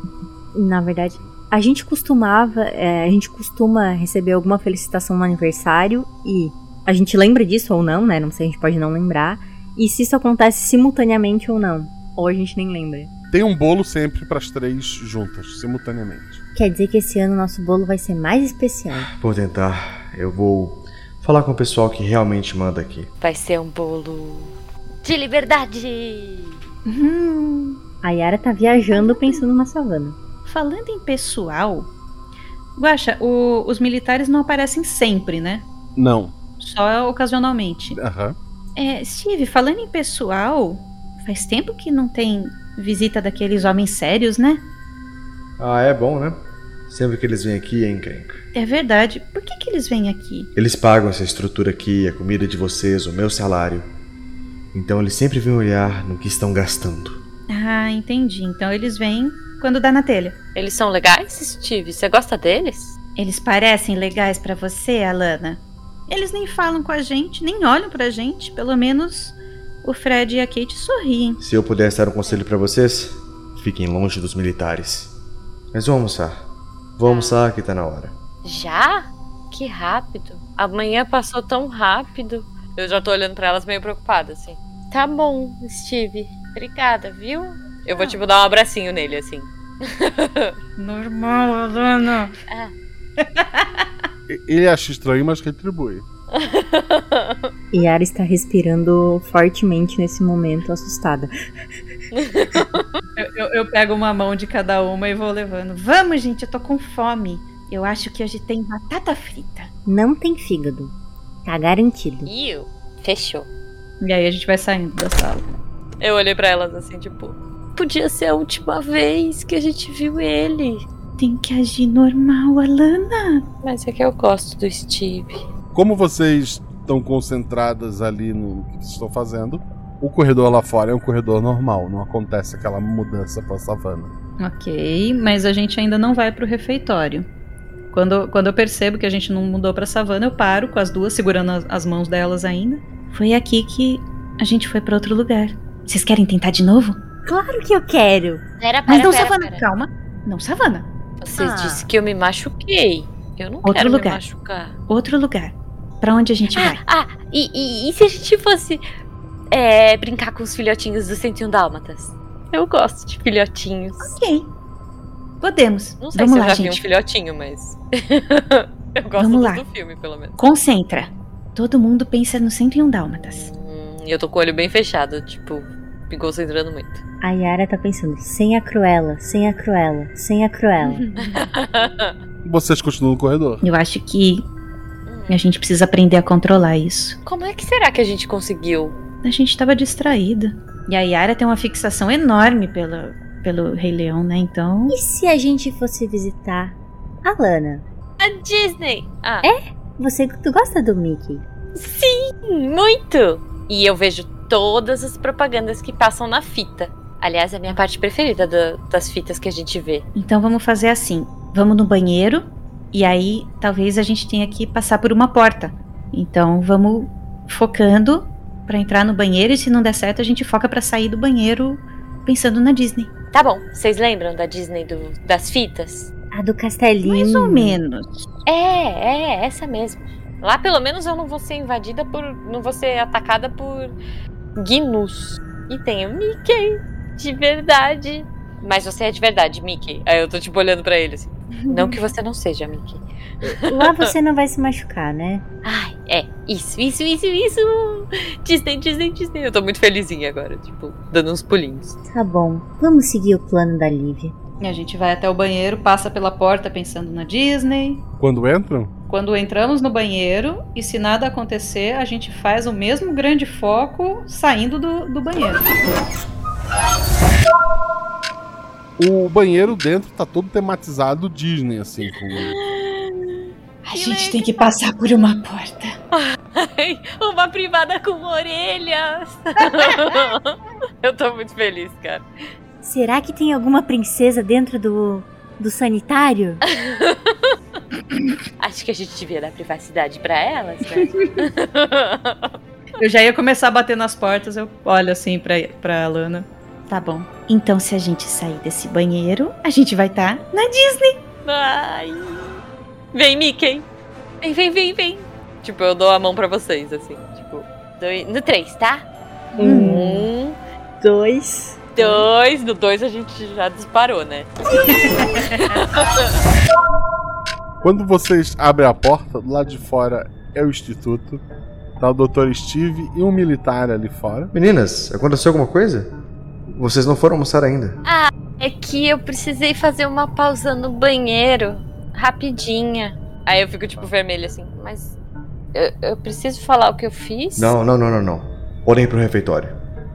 Speaker 7: Na verdade, a gente costumava. é, a gente costuma receber alguma felicitação no aniversário e a gente lembra disso ou não, né? Não sei, a gente pode não lembrar. E se isso acontece simultaneamente ou não. Ou a gente nem lembra.
Speaker 1: Tem um bolo sempre pras três juntas, simultaneamente.
Speaker 7: Quer dizer que esse ano nosso bolo vai ser mais especial.
Speaker 10: Vou tentar. Eu vou falar com o pessoal que realmente manda aqui.
Speaker 5: Vai ser um bolo de liberdade.
Speaker 6: Hum,
Speaker 7: A Yara tá viajando pensando na savana.
Speaker 6: falando em pessoal. Guaxa, o- os militares não aparecem sempre, né?
Speaker 1: Não.
Speaker 6: Só ocasionalmente.
Speaker 1: Aham.
Speaker 6: É, Steve, falando em pessoal, faz tempo que não tem visita daqueles homens sérios, né?
Speaker 10: Ah, é bom, né? Sempre que eles vêm aqui é encrenca.
Speaker 6: É verdade. Por que, que eles vêm aqui?
Speaker 10: Eles pagam essa estrutura aqui, a comida de vocês, o meu salário. Então eles sempre vêm olhar no que estão gastando.
Speaker 6: Ah, entendi. Então eles vêm quando dá na telha.
Speaker 5: Eles são legais, Steve? Você gosta deles?
Speaker 6: Eles parecem legais pra você, Alana? Eles nem falam com a gente, nem olham pra gente. Pelo menos o Fred e a Kate sorriem.
Speaker 10: Se eu pudesse dar um conselho pra vocês, fiquem longe dos militares. Mas vamos almoçar. Vou almoçar que tá na hora.
Speaker 5: Já? Que rápido.
Speaker 9: Amanhã passou tão rápido. Eu já tô olhando pra elas meio preocupada, assim.
Speaker 5: Tá bom, Steve. Obrigada, viu?
Speaker 9: Eu vou, tipo, dar um abracinho nele, assim.
Speaker 6: Normal, Alana.
Speaker 1: E- Ele acha estranho, mas retribui.
Speaker 7: Yara está respirando fortemente nesse momento, assustada.
Speaker 6: Eu, eu- eu pego uma mão de cada uma e vou levando. Vamos, gente, eu tô com fome. Eu acho que hoje tem batata frita.
Speaker 7: Não tem fígado. Tá garantido.
Speaker 5: Iu. Fechou.
Speaker 6: E aí a gente vai saindo da sala.
Speaker 9: Eu olhei pra elas, assim, tipo...
Speaker 5: Podia ser a última vez que a gente viu ele.
Speaker 6: Tem que agir normal, Alana.
Speaker 5: Mas é que eu gosto do Steve.
Speaker 1: Como vocês estão concentradas ali no que estão fazendo. O corredor lá fora é um corredor normal, não acontece aquela mudança para savana.
Speaker 6: Ok, mas a gente ainda não vai pro refeitório. Quando, quando eu percebo que a gente não mudou pra savana, eu paro com as duas, segurando as, as mãos delas ainda. Foi aqui que a gente foi pra outro lugar. Vocês querem tentar de novo?
Speaker 7: Claro que eu quero.
Speaker 5: Pera,
Speaker 6: Mas
Speaker 5: pera,
Speaker 6: não,
Speaker 5: pera,
Speaker 6: savana,
Speaker 5: pera. Tá.
Speaker 6: calma. Não, savana.
Speaker 5: Vocês
Speaker 6: Ah.
Speaker 5: disseram que eu me machuquei. Eu não
Speaker 6: Outro
Speaker 5: quero
Speaker 6: lugar.
Speaker 5: me machucar.
Speaker 6: Outro lugar. Pra onde a gente vai?
Speaker 5: Ah, e, e- e se a gente fosse é, brincar com os filhotinhos dos 101 Dálmatas? Eu gosto de filhotinhos.
Speaker 6: Ok. Podemos.
Speaker 5: Não sei
Speaker 6: Vamos
Speaker 5: se
Speaker 6: lá,
Speaker 5: eu já vi um
Speaker 6: gente.
Speaker 5: filhotinho, mas. eu gosto
Speaker 6: Vamos
Speaker 5: do,
Speaker 6: lá.
Speaker 5: do filme, pelo
Speaker 6: um
Speaker 5: menos.
Speaker 6: Concentra. Todo mundo pensa no 101 dálmatas.
Speaker 5: E Hum, eu tô com o olho bem fechado, tipo, me concentrando muito.
Speaker 7: A Yara tá pensando, sem a Cruella, sem a Cruella, sem a Cruella.
Speaker 6: Uhum.
Speaker 1: E vocês continuam no corredor.
Speaker 6: Eu acho que a gente precisa aprender a controlar isso.
Speaker 5: Hum, Como é que será que a gente conseguiu?
Speaker 6: A gente tava distraída. E a Yara tem uma fixação enorme pelo, pelo Rei Leão, né? Então.
Speaker 7: E se a gente fosse visitar a Lana?
Speaker 5: A Disney! Ah,
Speaker 7: É? Você tu gosta do Mickey?
Speaker 5: Sim, muito! E eu vejo todas as propagandas que passam na fita. Aliás, é a minha parte preferida da- das fitas que a gente vê.
Speaker 6: Então vamos fazer assim. Vamos no banheiro. E aí talvez a gente tenha que passar por uma porta. Então vamos focando pra entrar no banheiro. E se não der certo, a gente foca pra sair do banheiro pensando na Disney.
Speaker 5: Tá bom, vocês lembram da Disney do- das fitas?
Speaker 7: A do castelinho.
Speaker 6: Mais ou menos.
Speaker 5: É, é, essa mesmo. Lá pelo menos eu não vou ser invadida por. não vou ser atacada por gnus. E tem o Mickey, de verdade. Mas você é de verdade, Mickey. Aí eu tô tipo olhando pra ele assim. Não que você não seja, Mickey.
Speaker 7: Lá você não vai se machucar, né?
Speaker 5: Ai, é. Isso, isso, isso, isso. Disney, Disney, Disney. Eu tô muito felizinha agora, tipo, dando uns pulinhos.
Speaker 7: Tá bom, vamos seguir o plano da Lívia.
Speaker 6: E a gente vai até o banheiro, passa pela porta pensando na Disney.
Speaker 1: Quando entram,
Speaker 6: Quando entramos no banheiro, e se nada acontecer, a gente faz o mesmo grande foco saindo do, do banheiro.
Speaker 1: o banheiro dentro tá todo tematizado Disney, assim, com
Speaker 6: A gente tem que passar por uma porta.
Speaker 5: Ai, uma privada com orelhas. eu tô muito feliz, cara.
Speaker 7: Será que tem alguma princesa dentro do, do sanitário?
Speaker 5: Acho que a gente devia dar privacidade pra elas, né?
Speaker 6: Eu já ia começar a bater nas portas, eu olho assim pra, pra Alana. Tá bom. Então, se a gente sair desse banheiro, a gente vai estar na Disney.
Speaker 5: Ai. Vem, Mickey. Vem, vem, vem, vem. Tipo, eu dou a mão pra vocês, assim. Tipo, dois- no três, tá? Um,
Speaker 7: Dois.
Speaker 5: dois. No dois a gente já disparou, né?
Speaker 1: Quando vocês abrem a porta, do lado de fora é o instituto. Tá o Dr. Steve e um militar ali fora.
Speaker 10: Meninas, aconteceu alguma coisa? Vocês não foram almoçar ainda.
Speaker 5: Ah, é que eu precisei fazer uma pausa no banheiro, rapidinha. Aí eu fico, tipo, vermelha assim, mas eu, eu preciso falar o que eu fiz?
Speaker 10: Não, não, não, não, não. Podem ir pro refeitório.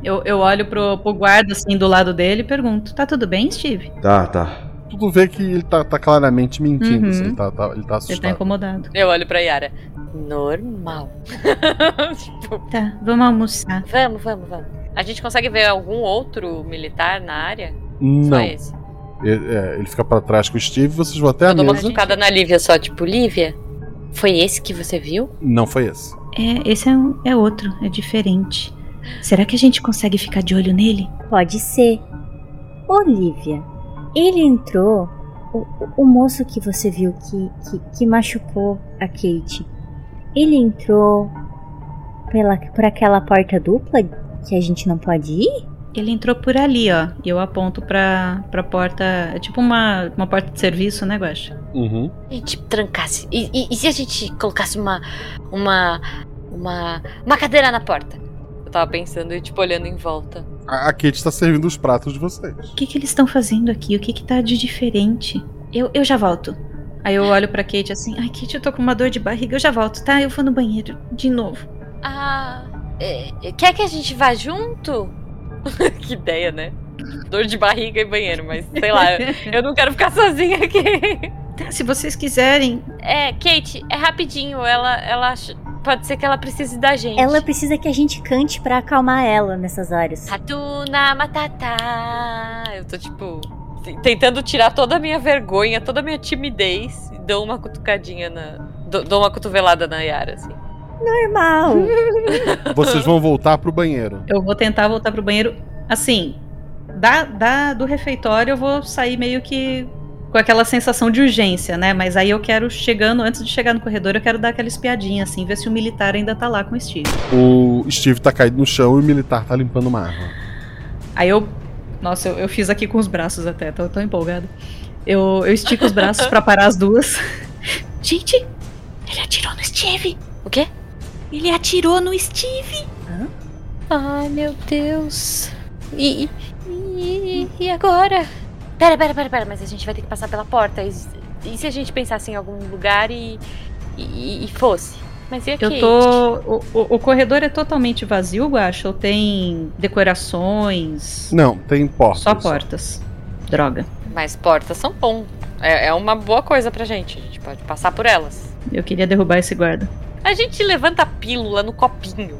Speaker 6: Eu, eu olho pro, pro guarda assim do lado dele e pergunto: Tá tudo bem, Steve?
Speaker 10: Tá, tá.
Speaker 1: Tu vê que ele tá, tá claramente mentindo,
Speaker 6: Uhum.
Speaker 1: assim, ele, tá, tá- ele tá
Speaker 6: Ele tá
Speaker 1: assustado.
Speaker 6: incomodado.
Speaker 5: Eu olho pra Yara. Normal. tipo,
Speaker 6: Tá, vamos almoçar.
Speaker 5: vamos, vamos, vamos. A gente consegue ver algum outro militar na área?
Speaker 1: Não,
Speaker 5: Só
Speaker 1: ele,
Speaker 5: esse.
Speaker 1: é, ele fica pra trás com o Steve, vocês vão até a
Speaker 5: Eu dou uma
Speaker 1: mesa.
Speaker 5: cutucada na Lívia só, tipo, Lívia, foi esse que você viu?
Speaker 1: Não foi esse.
Speaker 6: É, esse é, um- é outro, é diferente. Será que a gente consegue ficar de olho nele?
Speaker 7: Pode ser. Olivia, ele entrou. O, o moço que você viu que, que, que machucou a Kate, ele entrou pela, por aquela porta dupla que a gente não pode ir?
Speaker 6: Ele entrou por ali, ó. E eu aponto pra, pra porta. É tipo uma, uma porta de serviço, né, Guaxa?
Speaker 1: Uhum.
Speaker 5: A gente tipo, trancasse. E, e- e se a gente colocasse uma. uma. uma. uma cadeira na porta? Eu tava pensando e, tipo, olhando em volta.
Speaker 1: A, a Kate tá servindo os pratos de vocês.
Speaker 6: O que, que eles estão fazendo aqui? O que, que tá de diferente? Eu, eu já volto. Aí eu olho pra Kate assim: Ai, Kate, eu tô com uma dor de barriga, eu já volto, tá? Eu vou no banheiro de novo.
Speaker 5: Ah. é, quer que a gente vá junto? que ideia, né? Dor de barriga e banheiro, mas sei lá, eu- eu não quero ficar sozinha aqui.
Speaker 6: Tá, se vocês quiserem.
Speaker 5: É, Kate, é rapidinho. Ela, ela ch- Pode ser que ela é precise da gente.
Speaker 7: Ela precisa que a gente cante pra acalmar ela nessas áreas.
Speaker 5: Hatuna Matata. Eu tô tipo t- tentando tirar toda a minha vergonha, toda a minha timidez e dou uma cutucadinha na dou, dou uma cotovelada na Yara assim.
Speaker 7: Normal.
Speaker 1: Vocês vão voltar pro banheiro.
Speaker 6: Eu vou tentar voltar pro banheiro. Assim, da, da- do refeitório eu vou sair meio que com aquela sensação de urgência, né? Mas aí eu quero, chegando, antes de chegar no corredor, eu quero dar aquela espiadinha, assim, ver se o militar ainda tá lá com o Steve.
Speaker 1: O Steve tá caído no chão e o militar tá limpando uma arma.
Speaker 6: Aí eu. Nossa, eu, eu fiz aqui com os braços até, tô tão empolgada. Eu, eu estico os braços pra parar as duas. Gente,
Speaker 3: Ele atirou no Steve.
Speaker 5: O quê?
Speaker 3: Ele atirou no Steve.
Speaker 5: Ai, meu Deus. E, e, e agora? Pera, pera, pera, pera, mas a gente vai ter que passar pela porta. E, e se a gente pensasse em algum lugar e, e, e fosse? Mas e aqui?
Speaker 6: Eu tô. O, o- o corredor é totalmente vazio, Guacha? Ou tem decorações?
Speaker 1: Não, tem portas.
Speaker 6: Só portas. Droga.
Speaker 5: Mas portas são bom. É, é uma boa coisa pra gente. A gente pode passar por elas.
Speaker 6: Eu queria derrubar esse guarda.
Speaker 5: A gente levanta a pílula no copinho.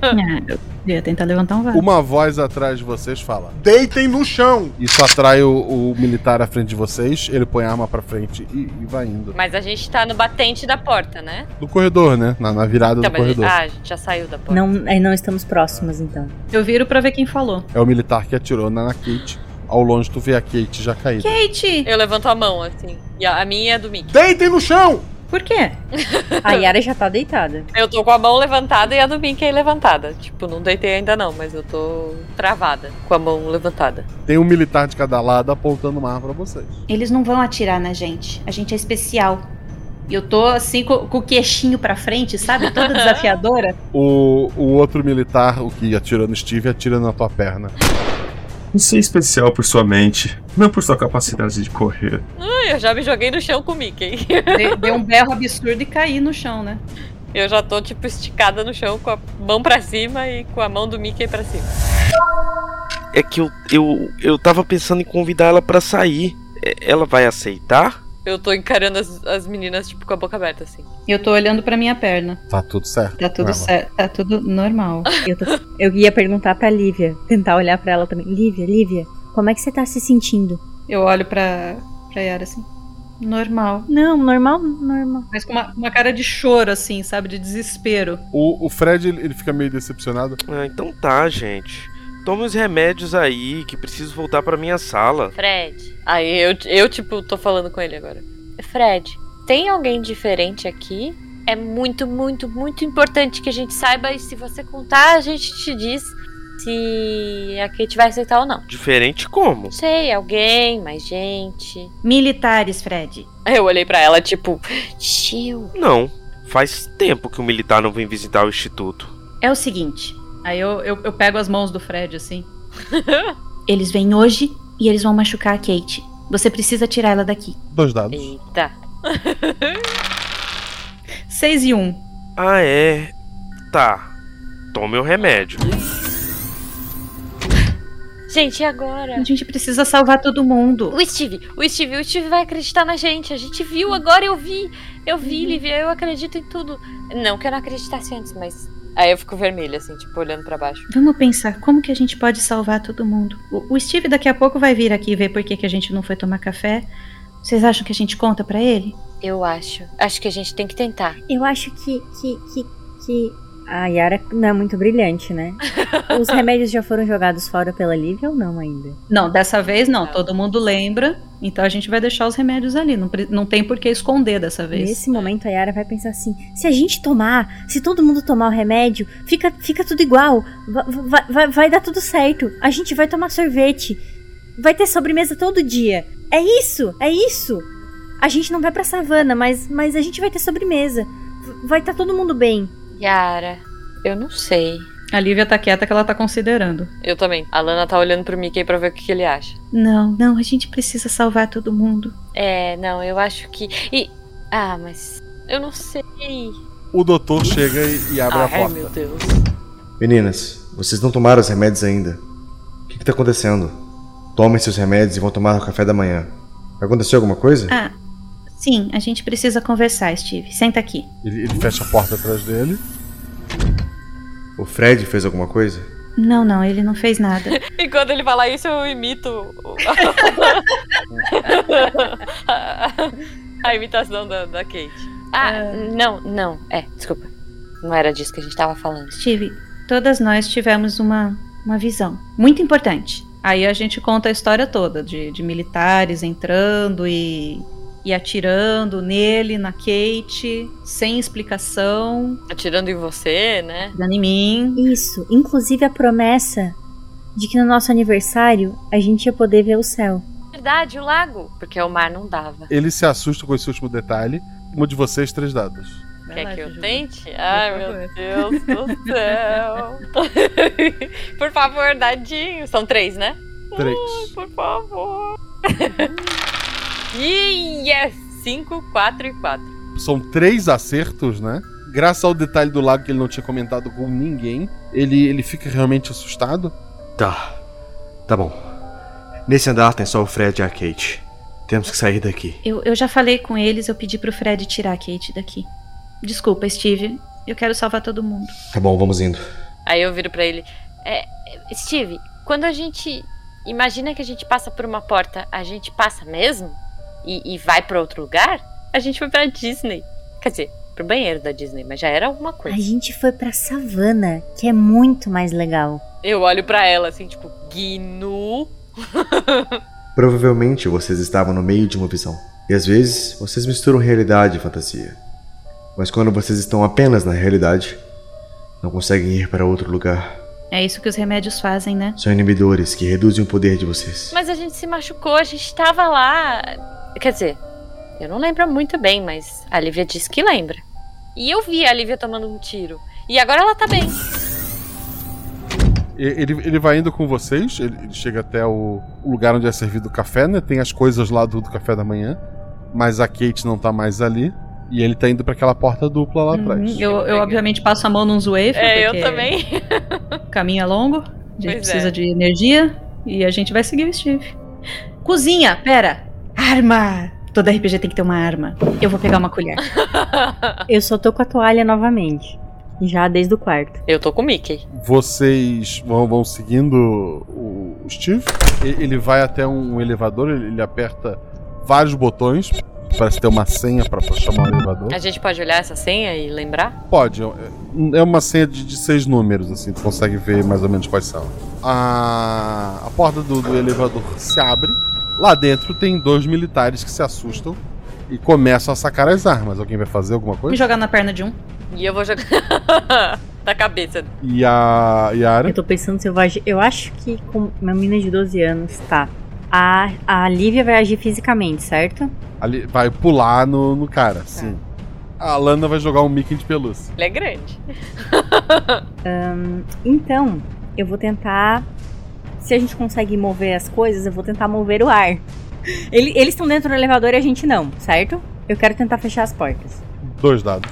Speaker 6: ah, eu ia tentar levantar um vaso.
Speaker 1: Uma voz atrás de vocês fala:
Speaker 11: Deitem no chão!
Speaker 1: Isso atrai o, o militar à frente de vocês, ele põe a arma pra frente e, e vai indo.
Speaker 5: Mas a gente tá no batente da porta, né?
Speaker 1: Do corredor, né? Na, na virada
Speaker 5: Então,
Speaker 1: do
Speaker 5: mas a gente-
Speaker 1: corredor.
Speaker 5: ah, a gente já saiu da porta.
Speaker 7: Não, aí não estamos próximas, então.
Speaker 6: Eu viro pra ver quem falou.
Speaker 1: É o militar que atirou na, na Kate. Ao longe tu vê a Kate já caída.
Speaker 6: Kate!
Speaker 5: Eu levanto a mão, assim. E a, a minha é do Mickey.
Speaker 1: Então-
Speaker 11: Deitem no chão!
Speaker 6: Por quê?
Speaker 7: A Yara já tá deitada.
Speaker 5: Eu tô com a mão levantada e a do Mickey levantada. Tipo, não deitei ainda não, mas eu tô travada com a mão levantada.
Speaker 1: Tem um militar de cada lado apontando uma arma pra vocês.
Speaker 6: Eles não vão atirar na gente. A gente é especial. E eu tô assim, co- com, o queixinho pra frente, sabe? Toda desafiadora.
Speaker 1: O, o outro militar, o que atira no Steve, atira na tua perna.
Speaker 12: Você é especial por sua mente, não por sua capacidade de correr.
Speaker 5: Ai, eu já me joguei no chão com o Mickey.
Speaker 6: De- deu um berro absurdo e caí no chão, né?
Speaker 5: Eu já tô, tipo, esticada no chão com a mão pra cima e com a mão do Mickey pra cima.
Speaker 8: É que eu, eu, eu tava pensando em convidar ela pra sair. É- Ela vai aceitar?
Speaker 5: Eu tô encarando as, as meninas, tipo, com a boca aberta, assim.
Speaker 6: E eu tô olhando pra minha perna.
Speaker 1: Tá tudo certo.
Speaker 6: Tá tudo
Speaker 1: Ela.
Speaker 6: certo, tá tudo normal.
Speaker 7: Eu, tô- eu ia perguntar pra Lívia, tentar olhar pra ela também. Lívia, Lívia, como é que você tá se sentindo?
Speaker 6: Eu olho pra, pra Yara assim. Normal.
Speaker 7: Não, normal, normal.
Speaker 6: Mas com uma, uma cara de choro, assim, sabe? De desespero.
Speaker 1: O, o Fred, ele ele fica meio decepcionado.
Speaker 8: Ah, então tá, gente. Tome os remédios aí, que preciso voltar pra minha sala.
Speaker 5: Fred. Aí eu, eu, tipo, tô falando com ele agora. Fred, tem alguém diferente aqui? É muito, muito, muito importante que a gente saiba e se você contar, a gente te diz se a Kate vai aceitar ou não.
Speaker 8: Diferente como?
Speaker 5: Não sei, alguém, mais gente.
Speaker 6: Militares, Fred.
Speaker 5: Eu olhei pra ela, tipo, chill.
Speaker 8: Não. Faz tempo que o militar não vem visitar o instituto.
Speaker 6: É o seguinte. Aí eu, eu, eu pego as mãos do Fred, assim. eles vêm hoje e eles vão machucar a Kate. Você precisa tirar ela daqui.
Speaker 1: Dois dados.
Speaker 5: Tá.
Speaker 6: 6 e 1. Um.
Speaker 8: Ah, é. Tá. Tome o remédio.
Speaker 5: Gente, e agora?
Speaker 6: A gente precisa salvar todo mundo.
Speaker 5: O Steve, o Steve, o Steve vai acreditar na gente. A gente viu agora, eu vi. Eu vi, Lívia, eu acredito em tudo. Uhum. Não que eu não acreditasse antes, mas. Aí eu fico vermelha, assim, tipo, olhando pra baixo.
Speaker 6: Vamos pensar como que a gente pode salvar todo mundo. O, o Steve daqui a pouco vai vir aqui ver por que, que a gente não foi tomar café. Vocês acham que a gente conta pra ele?
Speaker 5: Eu acho. Acho que a gente tem que tentar.
Speaker 7: Eu acho que, que, que, que a Yara não é muito brilhante, né? Os remédios já foram jogados fora pela Lívia ou não ainda?
Speaker 6: Não, dessa vez não. Todo mundo lembra. Então a gente vai deixar os remédios ali. Não, pre- não tem por que esconder dessa vez.
Speaker 7: Nesse momento a Yara vai pensar assim: se a gente tomar, se todo mundo tomar o remédio, fica, fica tudo igual. va- va- vai- vai dar tudo certo. A gente vai tomar sorvete. Vai ter sobremesa todo dia. É isso, é isso. A gente não vai pra savana, mas, mas a gente vai ter sobremesa. V- Vai estar todo mundo bem.
Speaker 5: Yara, eu não sei.
Speaker 6: A Lívia tá quieta que ela tá considerando.
Speaker 5: Eu também. A Lana tá olhando pro Mickey pra ver o que, que ele acha.
Speaker 6: Não, não, a gente precisa salvar todo mundo.
Speaker 5: É, não, eu acho que. E. Ah, mas. Eu não sei.
Speaker 1: O doutor chega e, e abre a
Speaker 5: Ai,
Speaker 1: porta.
Speaker 5: Ah, é, meu Deus.
Speaker 10: Meninas, vocês não tomaram os remédios ainda. O que, que tá acontecendo? Tomem seus remédios e vão tomar o café da manhã. Aconteceu alguma coisa?
Speaker 6: Ah, Sim, a gente precisa conversar, Steve. Senta aqui.
Speaker 1: Ele, ele fecha a porta atrás dele.
Speaker 10: O Fred fez alguma coisa?
Speaker 6: Não, não, ele não fez nada.
Speaker 9: E quando ele fala isso, eu imito o- a, a imitação da, da Kate.
Speaker 5: Ah, não, não. É, desculpa. Não era disso que a gente tava falando.
Speaker 6: Steve, todas nós tivemos uma, uma visão muito importante. Aí a gente conta a história toda de, de militares entrando e, e atirando nele, na Kate, sem explicação.
Speaker 9: Atirando em você, né?
Speaker 6: Atirando em mim.
Speaker 7: Isso, inclusive a promessa de que no nosso aniversário a gente ia poder ver o céu.
Speaker 5: Verdade, o lago. Porque o mar não dava.
Speaker 1: Ele se assusta com esse último detalhe. Um de vocês, três dados.
Speaker 9: Quer que eu tente? Ai, meu Deus do céu. Por favor, dadinho. São três, né?
Speaker 1: Três.
Speaker 9: Ai, por favor. Uhum. Ih, yes! Cinco, quatro e quatro.
Speaker 1: São três acertos, né? Graças ao detalhe do lago que ele não tinha comentado com ninguém, ele, ele fica realmente assustado.
Speaker 10: Tá. Tá bom. Nesse andar tem só o Fred e a Kate. Temos que sair daqui.
Speaker 6: Eu, eu já falei com eles, eu pedi pro Fred tirar a Kate daqui. Desculpa, Steve. Eu quero salvar todo mundo.
Speaker 10: Tá bom, vamos indo.
Speaker 5: Aí eu viro pra ele. É, Steve, quando a gente. Imagina que a gente passa por uma porta, a gente passa mesmo? E, e vai pra outro lugar? A gente foi pra Disney. Quer dizer, pro banheiro da Disney, mas já era alguma coisa.
Speaker 7: A gente foi pra savana, que é muito mais legal.
Speaker 9: Eu olho pra ela assim, tipo, Gnu.
Speaker 10: Provavelmente vocês estavam no meio de uma visão. E às vezes vocês misturam realidade e fantasia. Mas quando vocês estão apenas na realidade, não conseguem ir para outro lugar.
Speaker 6: É isso que os remédios fazem, né?
Speaker 10: São inibidores que reduzem o poder de vocês.
Speaker 5: Mas a gente se machucou, a gente tava lá. Quer dizer, eu não lembro muito bem, mas a Lívia disse que lembra. E eu vi a Lívia tomando um tiro. E agora ela tá bem.
Speaker 1: E- Ele, ele vai indo com vocês, ele, ele chega até o, o lugar onde é servido o café, né? Tem as coisas lá do, do café da manhã, mas a Kate não tá mais ali. E ele tá indo pra aquela porta dupla lá atrás.
Speaker 6: Uhum. Eu, eu, obviamente passo a mão num wafer.
Speaker 9: É, eu
Speaker 6: porque
Speaker 9: também.
Speaker 6: o Caminho é longo, a gente
Speaker 9: Pois
Speaker 6: precisa
Speaker 9: é.
Speaker 6: de energia e a gente vai seguir o Steve. Cozinha, pera! Arma! Toda RPG tem que ter uma arma. Eu vou pegar uma colher.
Speaker 7: Eu só tô com a toalha novamente. Já desde o quarto.
Speaker 9: Eu tô com o Mickey.
Speaker 1: Vocês vão, vão seguindo o o Steve. E- Ele vai até um elevador, ele, ele aperta vários botões. Parece ter uma senha pra pra chamar o elevador.
Speaker 9: A gente pode olhar essa senha e lembrar?
Speaker 1: Pode, é- é uma senha de, de seis números, assim, tu consegue ver mais ou menos quais são. A, a porta do, do elevador se abre. Lá dentro tem dois militares que se assustam e começam a sacar as armas. Alguém vai fazer alguma
Speaker 6: Vou
Speaker 1: coisa?
Speaker 6: jogar na perna de um.
Speaker 9: E eu vou jogar. da cabeça.
Speaker 1: E a Yara?
Speaker 7: Eu tô pensando se eu vou agir. Eu acho que com uma menina de 12 anos, tá. A, a Lívia vai agir fisicamente, certo?
Speaker 1: Ali, vai pular no, no cara, sim. A Lana vai jogar um Mickey de pelúcia.
Speaker 9: Ele é grande.
Speaker 7: Ahn, então, eu vou tentar. Se a gente consegue mover as coisas, eu vou tentar mover o ar. Ele- eles estão dentro do elevador e a gente não, certo? Eu quero tentar fechar as portas.
Speaker 1: Dois dados.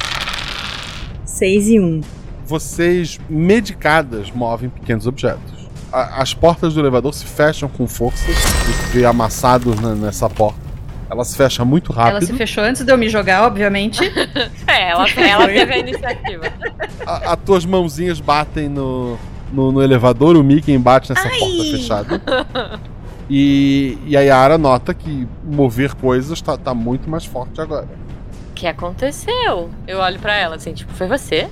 Speaker 7: 6 e 1. Um.
Speaker 1: Vocês, medicadas, movem pequenos objetos. A- as portas do elevador se fecham com força e fiquei amassados na- nessa porta. Ela se fecha muito
Speaker 6: Ela se
Speaker 1: rápido.
Speaker 6: fechou antes de eu me jogar, obviamente.
Speaker 9: É, ela, ela teve a iniciativa.
Speaker 1: A- As tuas mãozinhas batem no, no, no elevador, o Mickey bate nessa porta fechada. E, e a Yara nota que mover coisas tá, tá muito mais forte agora.
Speaker 9: O que aconteceu? Eu olho pra ela assim, tipo, foi você?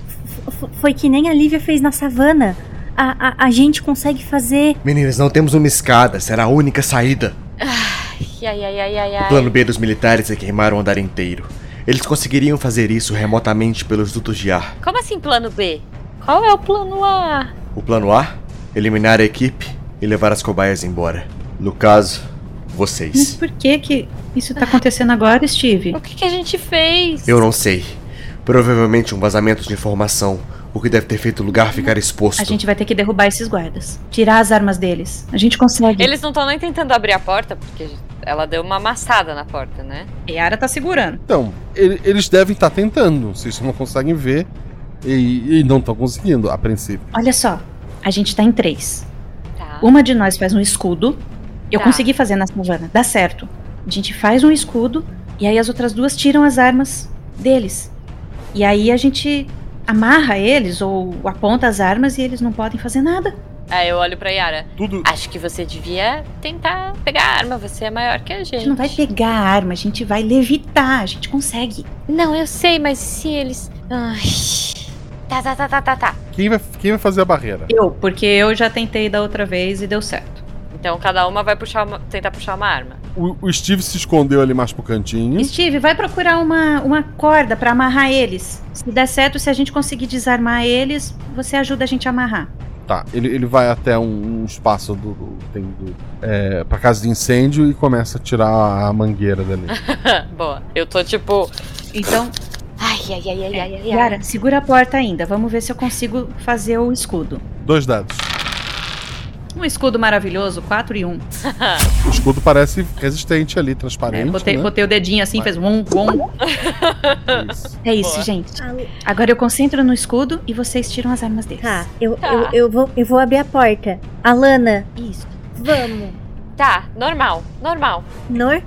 Speaker 7: F- Foi que nem a Lívia fez na savana. A, a, a gente consegue fazer.
Speaker 10: Meninas, não temos uma escada, será a única saída.
Speaker 5: Ai, ai, ai, ai,
Speaker 10: O
Speaker 5: ai.
Speaker 10: plano B dos militares é queimar o andar inteiro. Eles conseguiriam fazer isso remotamente pelos dutos de ar.
Speaker 5: Como assim plano B? Qual é o plano A?
Speaker 10: O plano A? Eliminar a equipe e levar as cobaias embora. No caso, vocês.
Speaker 6: Mas por que que isso tá acontecendo agora, Steve?
Speaker 5: O que, que a gente fez?
Speaker 10: Eu não sei. Provavelmente um vazamento de informação, o que deve ter feito o lugar ficar exposto.
Speaker 6: A gente vai ter que derrubar esses guardas. Tirar as armas deles. A gente consegue.
Speaker 9: Eles não estão nem tentando abrir a porta, porque ela deu uma amassada na porta, né?
Speaker 6: Yara tá segurando.
Speaker 1: Então, ele- eles devem estar tentando, vocês não conseguem ver e, e não estão conseguindo, a princípio.
Speaker 6: Olha só, a gente tá em três. Uma de nós faz um escudo. Eu
Speaker 5: Tá.
Speaker 6: consegui fazer na savana, dá certo. A gente faz um escudo, E aí as outras duas tiram as armas deles. E aí a gente amarra eles ou aponta as armas e eles não podem fazer nada.
Speaker 5: Aí eu olho pra Yara. Acho que você devia tentar pegar a arma, você é maior que a
Speaker 6: A gente
Speaker 5: gente.
Speaker 6: não vai pegar a arma, a gente vai levitar, a gente consegue.
Speaker 5: Não, eu sei, mas se eles. Ai. Tá, tá, tá, tá, tá, tá.
Speaker 1: Quem vai, quem vai fazer a barreira?
Speaker 6: Eu, porque eu já tentei da outra vez e deu certo.
Speaker 5: Então cada uma vai puxar uma- tentar puxar uma arma.
Speaker 1: O, o Steve se escondeu ali mais pro
Speaker 5: Hum?
Speaker 1: cantinho.
Speaker 6: Steve, vai procurar uma, uma corda pra amarrar eles. Se der certo, se a gente conseguir desarmar eles, você ajuda a gente a amarrar.
Speaker 1: Tá, ele, ele vai até um, um espaço do, do, tem do- é, pra casa de incêndio e começa a tirar a mangueira dali.
Speaker 5: Boa. Eu tô tipo.
Speaker 6: Então.
Speaker 5: Ai, ai, ai, ai, ai, ai.
Speaker 6: Yara, segura a porta ainda. Vamos ver se eu consigo fazer o escudo.
Speaker 1: Dois dados.
Speaker 6: Um escudo maravilhoso, 4 e 1.
Speaker 5: Tá
Speaker 1: O escudo parece resistente ali, transparente.
Speaker 6: É, botei,
Speaker 1: né?
Speaker 6: botei o dedinho assim,
Speaker 1: Vai.
Speaker 6: fez um, um. É isso,
Speaker 7: Boa.
Speaker 6: gente. Agora eu concentro no escudo e vocês tiram as armas deles. Tá,
Speaker 7: Eu, eu, eu vou, eu vou abrir a porta. Alana,
Speaker 6: Isso.
Speaker 7: vamos.
Speaker 5: Tá, normal, normal.
Speaker 7: Normal.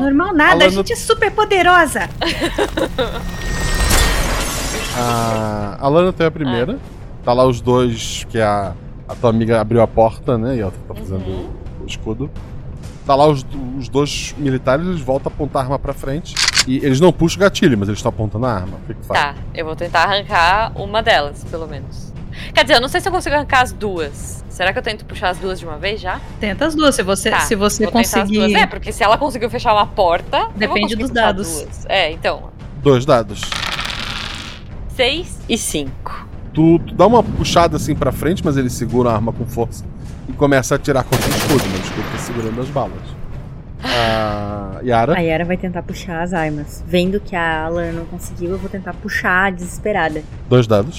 Speaker 6: Normal nada,
Speaker 1: Alana-
Speaker 6: a gente é super poderosa.
Speaker 1: A, a Lana tem a primeira. Tá lá os dois, que é a, a tua amiga abriu a porta, né? E ela tá fazendo o escudo. Tá lá os, os dois militares, eles voltam a apontar a arma pra frente. E eles não puxam o gatilho, mas eles estão apontando a arma. O que, que faz?
Speaker 5: Tá, eu vou tentar arrancar uma delas, pelo menos. Quer dizer, eu não sei se eu consigo arrancar as duas. Será que eu tento puxar as duas de uma vez já?
Speaker 6: Tenta as duas, se você,
Speaker 5: Tá,
Speaker 6: se você
Speaker 5: vou tentar as
Speaker 6: conseguir.
Speaker 5: duas. É, porque se ela conseguiu fechar uma porta. eu vou
Speaker 6: Depende
Speaker 5: conseguir
Speaker 6: dos
Speaker 5: puxar
Speaker 6: dados.
Speaker 5: duas. É, então.
Speaker 1: Dois dados.
Speaker 5: Seis e cinco.
Speaker 1: Tu, tu dá uma puxada assim pra frente, mas ele segura a arma com força e começa a atirar contra o escudo, mas o escudo tá segurando as balas. A Yara.
Speaker 7: A Yara vai tentar puxar as armas. Vendo que a Alana não conseguiu, eu vou tentar puxar a desesperada.
Speaker 1: Dois dados.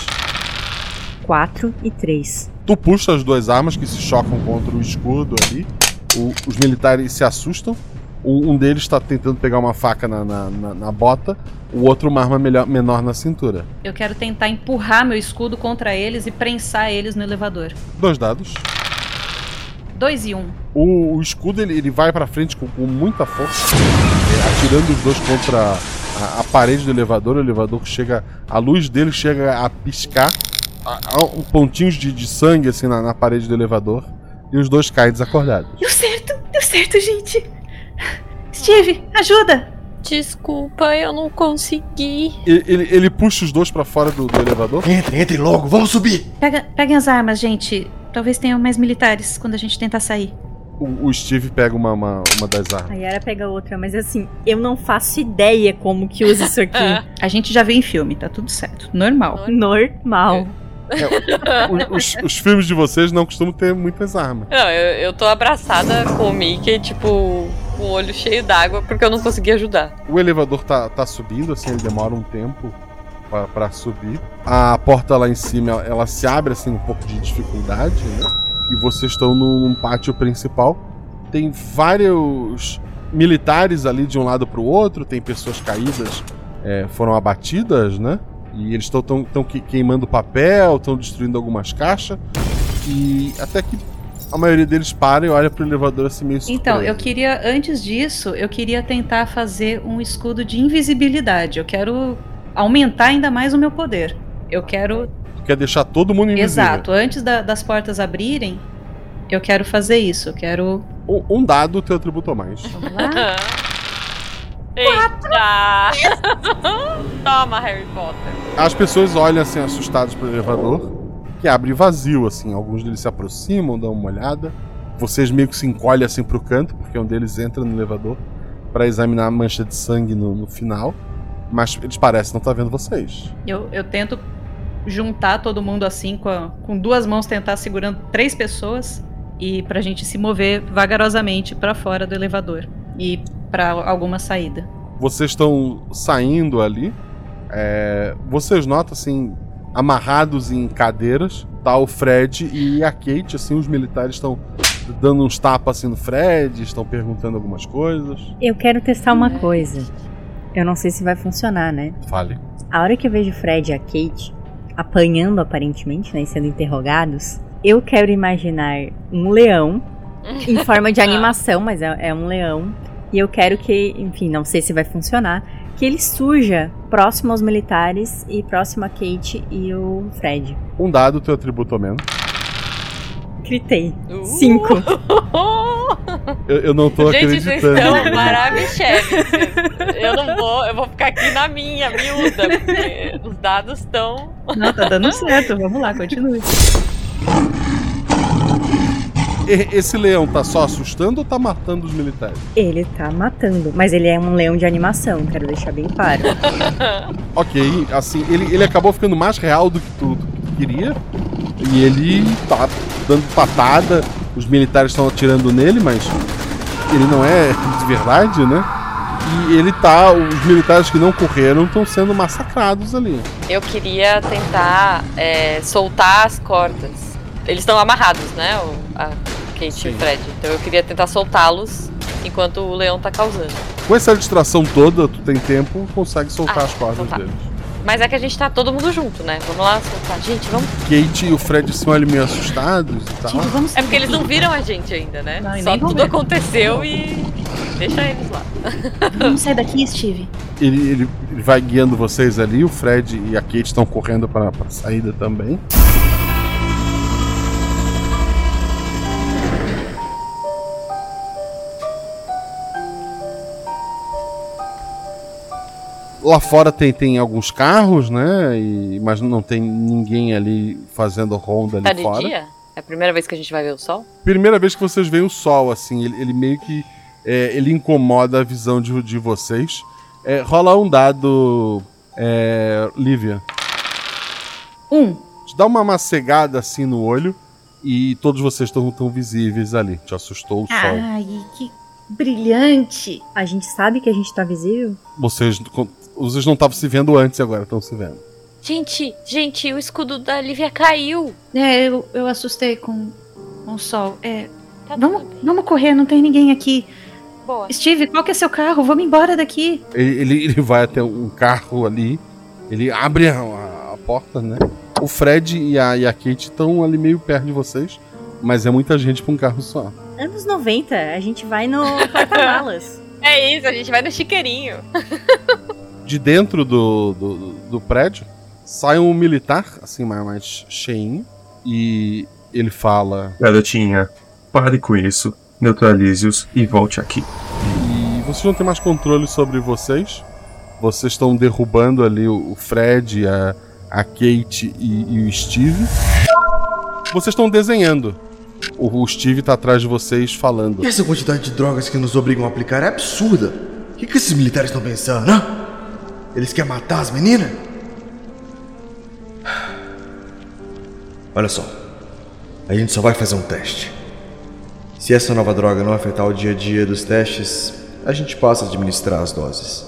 Speaker 7: 4 e 3.
Speaker 1: Tu puxa as duas armas que se chocam contra o escudo ali. O- os militares se assustam. O- um deles tá tentando pegar uma faca na, na- na- na bota, o outro uma arma melhor- menor na cintura.
Speaker 6: Eu quero tentar empurrar meu escudo contra eles e prensar eles no elevador.
Speaker 1: Dois dados.
Speaker 6: 2 e 1. Um.
Speaker 1: O, o escudo ele, ele vai pra frente com, com muita força, é, atirando os dois contra a, a parede do elevador. O elevador chega, a luz dele chega a piscar, a- a- um- pontinhos de, de sangue assim na, na parede do elevador, e os dois caem desacordados.
Speaker 6: Deu certo, deu certo, gente. Steve, ajuda!
Speaker 5: Desculpa, eu não consegui.
Speaker 1: Ele, ele- ele puxa os dois pra fora do, do elevador. Entre, entre logo, vamos subir!
Speaker 6: Pega, peguem as armas, gente. Talvez tenham mais militares quando a gente tentar sair.
Speaker 1: O, o Steve pega uma, uma, uma das
Speaker 7: A
Speaker 1: armas.
Speaker 7: Yara pega outra, mas assim, eu não faço ideia como que usa isso aqui.
Speaker 6: A gente já vê em filme, tá tudo certo. Normal.
Speaker 7: Normal.
Speaker 1: O- os, os filmes de vocês não costumam ter muitas armas.
Speaker 5: Não, eu, eu tô abraçada com o Mickey, tipo, com o olho cheio d'água, porque eu não consegui ajudar.
Speaker 1: O elevador tá, tá subindo, assim, ele demora um tempo pra- pra subir. A porta lá em cima, ela, ela se abre, assim, um pouco de dificuldade, né? E vocês estão num, num pátio principal. Tem vários militares ali de um lado pro outro, tem pessoas caídas, é, foram abatidas, né? E eles estão tão, tão que- queimando papel, estão destruindo algumas caixas. E até que a maioria deles para e olha pro elevador assim meio
Speaker 6: Então,
Speaker 1: surpreso.
Speaker 6: eu queria, antes disso, eu queria tentar fazer um escudo de invisibilidade. Eu quero aumentar ainda mais o meu poder. Eu quero.
Speaker 1: Tu Quer deixar todo mundo invisível.
Speaker 6: Exato, antes da- das portas abrirem, eu quero fazer isso. Eu quero.
Speaker 1: Um, um dado, teu atributo a mais.
Speaker 5: Ah. Eita! Toma, Harry Potter.
Speaker 1: As pessoas olham assim, assustadas pro elevador, que abre vazio, assim. Alguns deles se aproximam, dão uma olhada. Vocês meio que se encolhem assim pro canto, porque um deles entra no elevador pra examinar a mancha de sangue no, no final. Mas eles parecem não estar vendo vocês.
Speaker 6: Eu, eu tento juntar todo mundo assim, com, a- com duas mãos, tentar segurando três pessoas e pra gente se mover vagarosamente pra fora do elevador e pra alguma saída.
Speaker 1: Vocês estão saindo ali. é, vocês notam, assim, amarrados em cadeiras, tá o Fred e a Kate, assim, os militares estão dando uns tapas assim no Fred, estão perguntando algumas coisas.
Speaker 7: Eu quero testar uma coisa. Eu não sei se vai funcionar, né?
Speaker 1: Fale.
Speaker 7: A hora que eu vejo o Fred e a Kate apanhando aparentemente, né, e sendo interrogados, eu quero imaginar um leão em forma de animação, mas é, é um leão E eu quero que, enfim, não sei se vai funcionar, que ele surja próximo aos militares e próximo a Kate e o Fred.
Speaker 1: Um dado, teu atributo ao menos.
Speaker 7: Gritei.
Speaker 5: Uh.
Speaker 7: Cinco.
Speaker 1: Eu, eu não tô
Speaker 5: Gente, vocês
Speaker 1: acreditando.
Speaker 5: estão maravilhosos. Eu não vou, eu vou ficar aqui na minha, miúda, porque os dados estão.
Speaker 6: Não, tá dando certo. Vamos lá, continue.
Speaker 1: E- Esse leão tá só assustando ou tá matando os militares?
Speaker 7: Ele tá matando, mas ele é um leão de animação, quero deixar bem claro.
Speaker 1: Ok, assim, ele, ele acabou ficando mais real do que tu, do que tu queria. E ele tá dando patada, os militares estão atirando nele, mas ele não é de verdade, né? E ele tá. Os militares que não correram estão sendo massacrados ali.
Speaker 5: Eu queria tentar é, soltar as cordas. Eles estão amarrados, né? o- a Kate e o Fred. Então eu queria tentar soltá-los enquanto o leão tá causando.
Speaker 1: Com essa distração toda, tu tem tempo, consegue soltar
Speaker 5: Ah,
Speaker 1: as cordas
Speaker 5: soltar.
Speaker 1: deles.
Speaker 5: Mas é que a gente tá todo mundo junto, né? Vamos lá soltar. Gente, vamos.
Speaker 1: Kate e o Fred se olham meio assustados e tal.
Speaker 5: É porque eles não viram a gente ainda, né?
Speaker 6: e
Speaker 5: Só
Speaker 6: nem vão
Speaker 5: tudo
Speaker 6: ver.
Speaker 5: aconteceu e. Deixa eles lá.
Speaker 6: Vamos sair daqui, Steve.
Speaker 1: Ele, ele- ele vai guiando vocês ali, o Fred e a Kate estão correndo para a saída também. Lá fora tem, tem alguns carros, né? E- mas não tem ninguém ali fazendo ronda ali
Speaker 5: Tá de
Speaker 1: fora.
Speaker 5: dia? É a primeira vez que a gente vai ver o sol?
Speaker 1: Primeira vez que vocês veem o sol, assim, ele, ele meio que. é, ele incomoda a visão de, de vocês. É, rola um dado, é, Lívia.
Speaker 6: Um.
Speaker 1: Te dá uma macegada assim no olho e todos vocês estão tão visíveis ali. Te assustou o
Speaker 7: Ah.
Speaker 1: sol.
Speaker 6: Ai, que brilhante.
Speaker 7: A gente sabe que a gente tá visível?
Speaker 1: Vocês, vocês não estavam se vendo antes e agora estão se vendo.
Speaker 13: Gente, gente, o escudo da Lívia caiu.
Speaker 6: É, eu, eu assustei com, com o sol. É,
Speaker 5: Tá
Speaker 6: vamos, vamos correr, não tem ninguém aqui.
Speaker 13: Boa.
Speaker 6: Steve, qual que é seu carro? Vamos embora daqui.
Speaker 1: Ele, ele- ele vai até um carro ali, ele abre a, a porta, né? O Fred e a, e a Kate estão ali meio perto de vocês, mas é muita gente pra um carro só.
Speaker 7: Anos 90, a gente vai no porta-malas.
Speaker 5: É isso, a gente vai no chiqueirinho.
Speaker 1: De dentro do, do, do prédio sai um militar, assim, mais, mais cheinho, e ele fala:
Speaker 14: Garotinha, pare com isso, neutralize-os e volte aqui.
Speaker 1: E vocês não têm mais controle sobre vocês. Vocês estão derrubando ali o o Fred, a, a Kate e, e o Steve. Vocês estão desenhando. O, o Steve tá atrás de vocês falando.
Speaker 10: E essa quantidade de drogas que nos obrigam a aplicar é absurda. O que, que esses militares estão pensando, hã? Eles querem matar as meninas?
Speaker 15: Olha só.
Speaker 10: A gente só vai fazer um teste. Se essa nova droga não afetar o dia a dia dos testes, a gente passa a administrar as doses.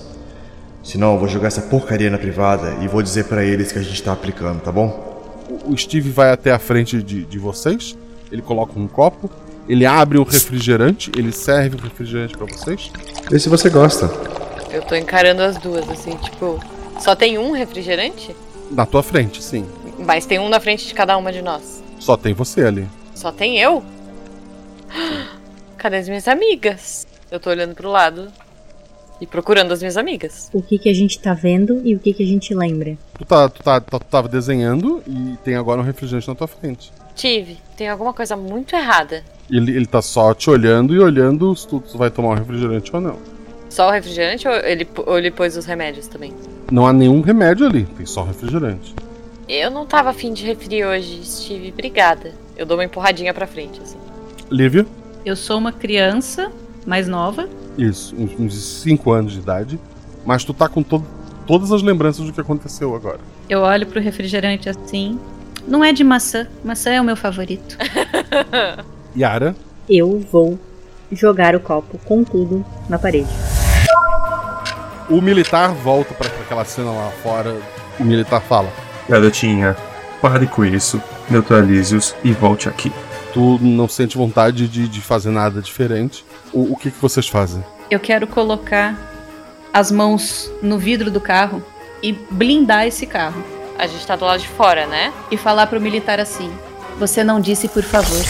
Speaker 10: Senão, eu vou jogar essa porcaria na privada e vou dizer pra eles que a gente tá aplicando, tá bom?
Speaker 1: O, o Steve vai até a frente de, de vocês. Ele coloca um copo. Ele abre o refrigerante. Ele serve o refrigerante pra vocês.
Speaker 10: Vê se você gosta.
Speaker 5: Eu tô encarando as duas, assim, tipo. Só tem um refrigerante?
Speaker 1: Na tua frente, sim.
Speaker 5: Mas tem um na frente de cada uma de nós.
Speaker 1: Só tem você ali.
Speaker 5: Só tem eu? Cadê as minhas amigas? Eu tô olhando pro lado e procurando as minhas amigas.
Speaker 7: O que, que a gente tá vendo e o que, que a gente lembra?
Speaker 1: Tu, tá, tu, tá, tu tava desenhando e tem agora um refrigerante na tua frente.
Speaker 5: Tive, tem alguma coisa muito errada.
Speaker 1: Ele, ele tá só te olhando e olhando se tu, tu vai tomar um refrigerante ou não.
Speaker 5: Só o refrigerante ou ele, ou ele pôs os remédios também?
Speaker 1: Não há nenhum remédio ali, tem só refrigerante.
Speaker 5: Eu não tava afim de refri hoje, Steve. Obrigada. Eu dou uma empurradinha pra frente, assim.
Speaker 1: Lívia,
Speaker 6: Eu sou uma criança mais nova.
Speaker 1: isso, uns- uns 5 anos de idade, mas tu tá com todo- todas as lembranças do que aconteceu agora.
Speaker 6: Eu olho pro refrigerante assim. Não é de maçã. Maçã é o meu favorito.
Speaker 1: Yara,
Speaker 7: Eu vou jogar o copo com tudo na parede.
Speaker 1: o militar volta pra aquela cena lá fora, o militar fala.
Speaker 14: Garotinha, pare com isso, neutralize-os e volte aqui.
Speaker 1: Tu não sente vontade de, de fazer nada diferente. O, o que, que vocês fazem?
Speaker 6: Eu quero colocar as mãos no vidro do carro e blindar esse carro.
Speaker 5: A gente tá do lado de fora, né?
Speaker 6: E falar pro militar assim: Você não disse, por favor.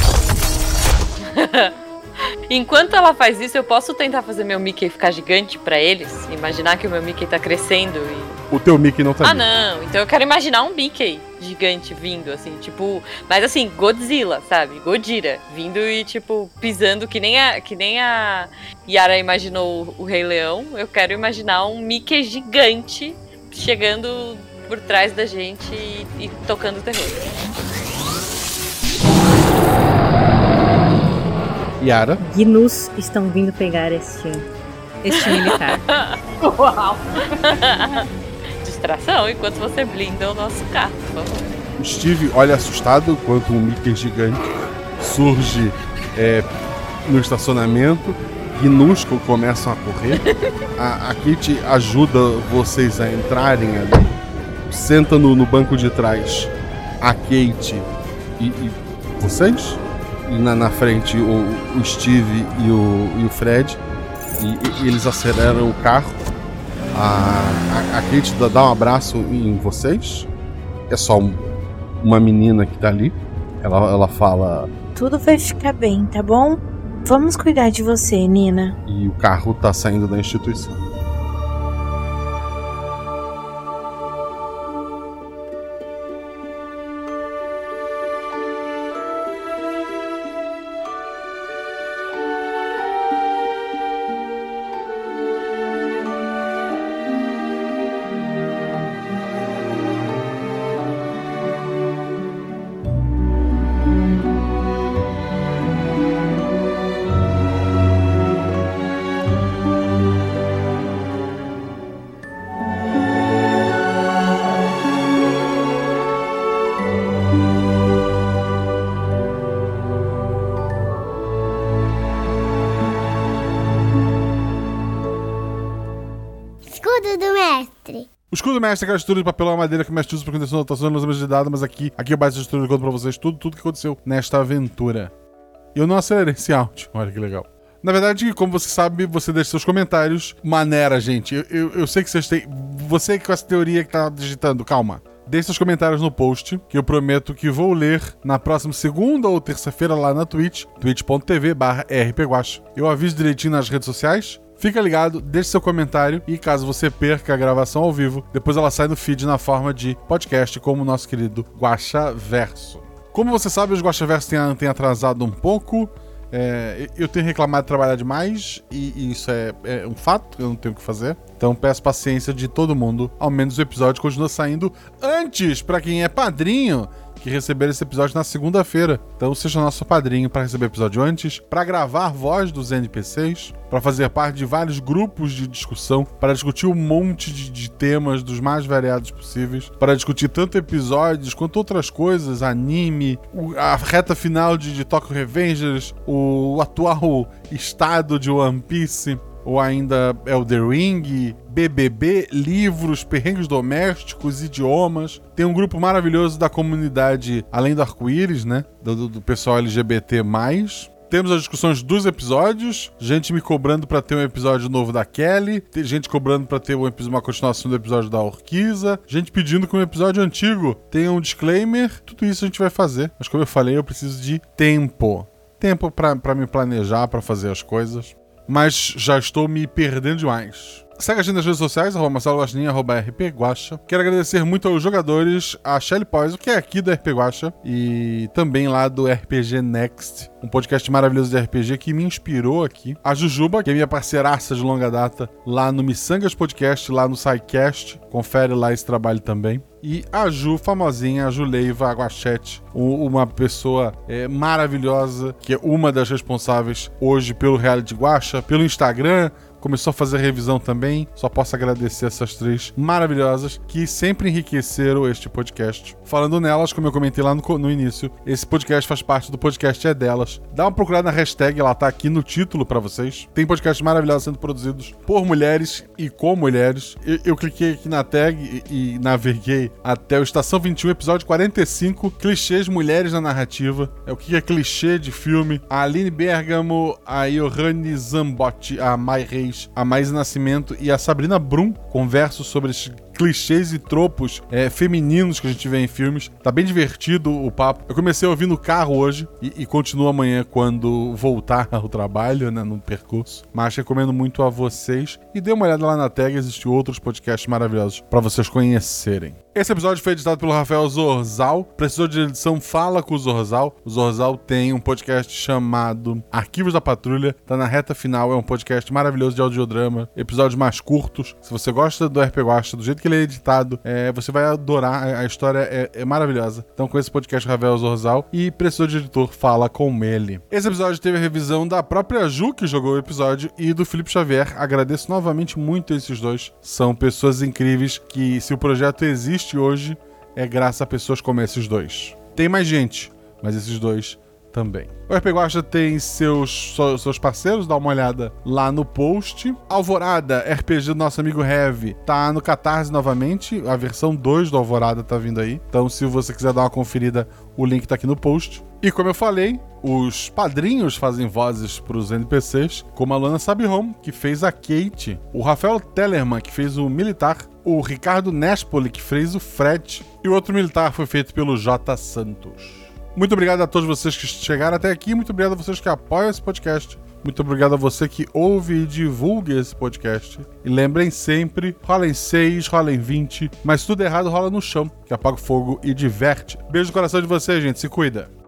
Speaker 9: Enquanto ela faz isso, eu posso tentar fazer meu Mickey ficar gigante pra eles? Imaginar que o meu Mickey tá crescendo e.
Speaker 1: O teu Mickey não tá
Speaker 9: Ah,
Speaker 1: vivo.
Speaker 9: não. Então eu quero imaginar um Mickey gigante vindo, assim, tipo. Mas assim, Godzilla, sabe? Godira. Vindo e, tipo, pisando que nem a, que nem a Yara imaginou o Rei Leão. Eu quero imaginar um Mickey gigante chegando por trás da gente e, e tocando terror.
Speaker 1: Yara.
Speaker 7: Gnus estão vindo pegar este, este militar.
Speaker 9: Uau! Distração enquanto você blinda o nosso carro. por favor.
Speaker 1: O Steve olha assustado quando um Mickey gigante surge é, no estacionamento. Gnusco começam a correr. A, a Kit ajuda vocês a entrarem ali. Senta no, no banco de trás a Kate e, e vocês. E na, na frente o, o Steve e o, e o Fred. E, e eles aceleram o carro. A, a, a Kate dá- dá um abraço em vocês. É só um- uma menina que tá ali. Ela, ela fala.
Speaker 16: Tudo vai ficar bem, tá bom? Vamos cuidar de você, Nina.
Speaker 1: E o carro tá saindo da instituição.
Speaker 17: Escudo do mestre.
Speaker 1: O escudo mestre é aquela estrutura de papelão e madeira que o mestre usa para condição de anotações nas mesas de dados, mas aqui, aqui eu baixo a estrutura e conto pra vocês tudo, tudo que aconteceu nesta aventura. E eu não acelerei esse áudio, olha que legal. Na verdade, como você sabe, você deixa seus comentários. Maneira, gente. Eu, eu, eu sei que vocês têm. Você que com essa teoria que tá digitando, calma. Deixe seus comentários no post, que eu prometo que vou ler na próxima segunda ou terça-feira lá na Twitch, twitch.tv barra rpguache. Eu aviso direitinho nas redes sociais. Fica ligado, deixe seu comentário e caso você perca a gravação ao vivo, depois ela sai no feed na forma de podcast, como o nosso querido Guaxa Verso. Como você sabe, os Guaxaversos têm, têm atrasado um pouco. É, eu tenho reclamado de trabalhar demais e, e isso é, é um fato, eu não tenho o que fazer. Então peço paciência de todo mundo. Ao menos o episódio continua saindo antes para quem é padrinho que receber esse episódio na segunda-feira. Então seja nosso padrinho para receber o episódio antes, para gravar voz dos NPCs, para fazer parte de vários grupos de discussão, para discutir um monte de, de temas dos mais variados possíveis, para discutir tanto episódios quanto outras coisas, anime, o- a reta final de, de Tokyo Revengers, o atual estado de One Piece, ou ainda Elder Ring, BBB, livros, perrengues domésticos, idiomas. Tem um grupo maravilhoso da comunidade Além do Arco-Íris, né? Do, do- do pessoal LGBT. Temos as discussões dos episódios, gente me cobrando pra ter um episódio novo da Kelly, tem gente cobrando pra ter um epi- uma continuação do episódio da Orquiza, gente pedindo que um episódio antigo tenha um disclaimer. Tudo isso a gente vai fazer, mas como eu falei, eu preciso de tempo. Tempo pra pra me planejar, pra fazer as coisas mas já estou me perdendo demais. Segue a gente nas redes sociais, arroba Marcelo Guaxinim, arroba RP Guaxa. Quero agradecer muito aos jogadores, a Shelly Poison, que é aqui do RP Guaxa, e também lá do RPG Next, um podcast maravilhoso de RPG que me inspirou aqui. A Jujuba, que é minha parceiraça de longa data, lá no Missangas Podcast, lá no SciCast. Confere lá esse trabalho também e a Ju, famosinha, a Ju Leiva Aguachete, u- uma pessoa é, maravilhosa, que é uma das responsáveis hoje pelo Reality Guacha, pelo Instagram, começou a fazer revisão também. Só posso agradecer essas três maravilhosas que sempre enriqueceram este podcast. Falando nelas, como eu comentei lá no, co- no início, esse podcast faz parte do podcast É Delas. Dá uma procurada na hashtag, ela tá aqui no título pra vocês. Tem podcasts maravilhosos sendo produzidos por mulheres e com mulheres. Eu, eu cliquei aqui na tag e, e naveguei até o Estação 21, episódio 45, clichês mulheres na narrativa. É o que é clichê de filme. A Aline Bergamo, a Johanne Zambotti, a Mai Reis, a Maísa Nascimento e a Sabrina Brum conversam sobre esses clichês e tropos é, femininos que a gente vê em filmes. Tá bem divertido o papo. Eu comecei a ouvir no carro hoje e, e continuo amanhã quando voltar ao trabalho, né, no percurso. Mas recomendo muito a vocês. E dê uma olhada lá na tag, existem outros podcasts maravilhosos para vocês conhecerem. Esse episódio foi editado pelo Rafael Zorzal. Precisou de edição? Fala com o Zorzal. O Zorzal tem um podcast chamado Arquivos da Patrulha. Tá na reta final. É um podcast maravilhoso de audiodrama. Episódios mais curtos. Se você gosta do RP Gosta, do jeito que ele é editado, é, você vai adorar. A- A história é, é maravilhosa. Então com esse podcast, Rafael Zorzal. E precisou de editor? Fala com ele. Esse episódio teve a revisão da própria Ju, que jogou o episódio, e do Felipe Xavier. Agradeço novamente muito esses dois. São pessoas incríveis que, se o projeto existe hoje, é graças a pessoas como esses dois. Tem mais gente, mas esses dois também. O RP Guacha tem seus, so- seus parceiros, dá uma olhada lá no post. Alvorada, RPG do nosso amigo Heavy, tá no Catarse novamente. A versão 2 do Alvorada tá vindo aí. Então, se você quiser dar uma conferida, o link tá aqui no post. E como eu falei, os padrinhos fazem vozes para os NPCs, como a Lana Sabihom, que fez a Kate, o Rafael Tellerman, que fez o Militar, o Ricardo Nespoli, que fez o Fred, e o outro Militar foi feito pelo J. Santos. Muito obrigado a todos vocês que chegaram até aqui. Muito obrigado a vocês que apoiam esse podcast. Muito obrigado a você que ouve e divulga esse podcast. E lembrem sempre: rolem 6, rolem 20, mas tudo errado rola no chão, que apaga o fogo e diverte. Beijo no coração de vocês, gente. Se cuida.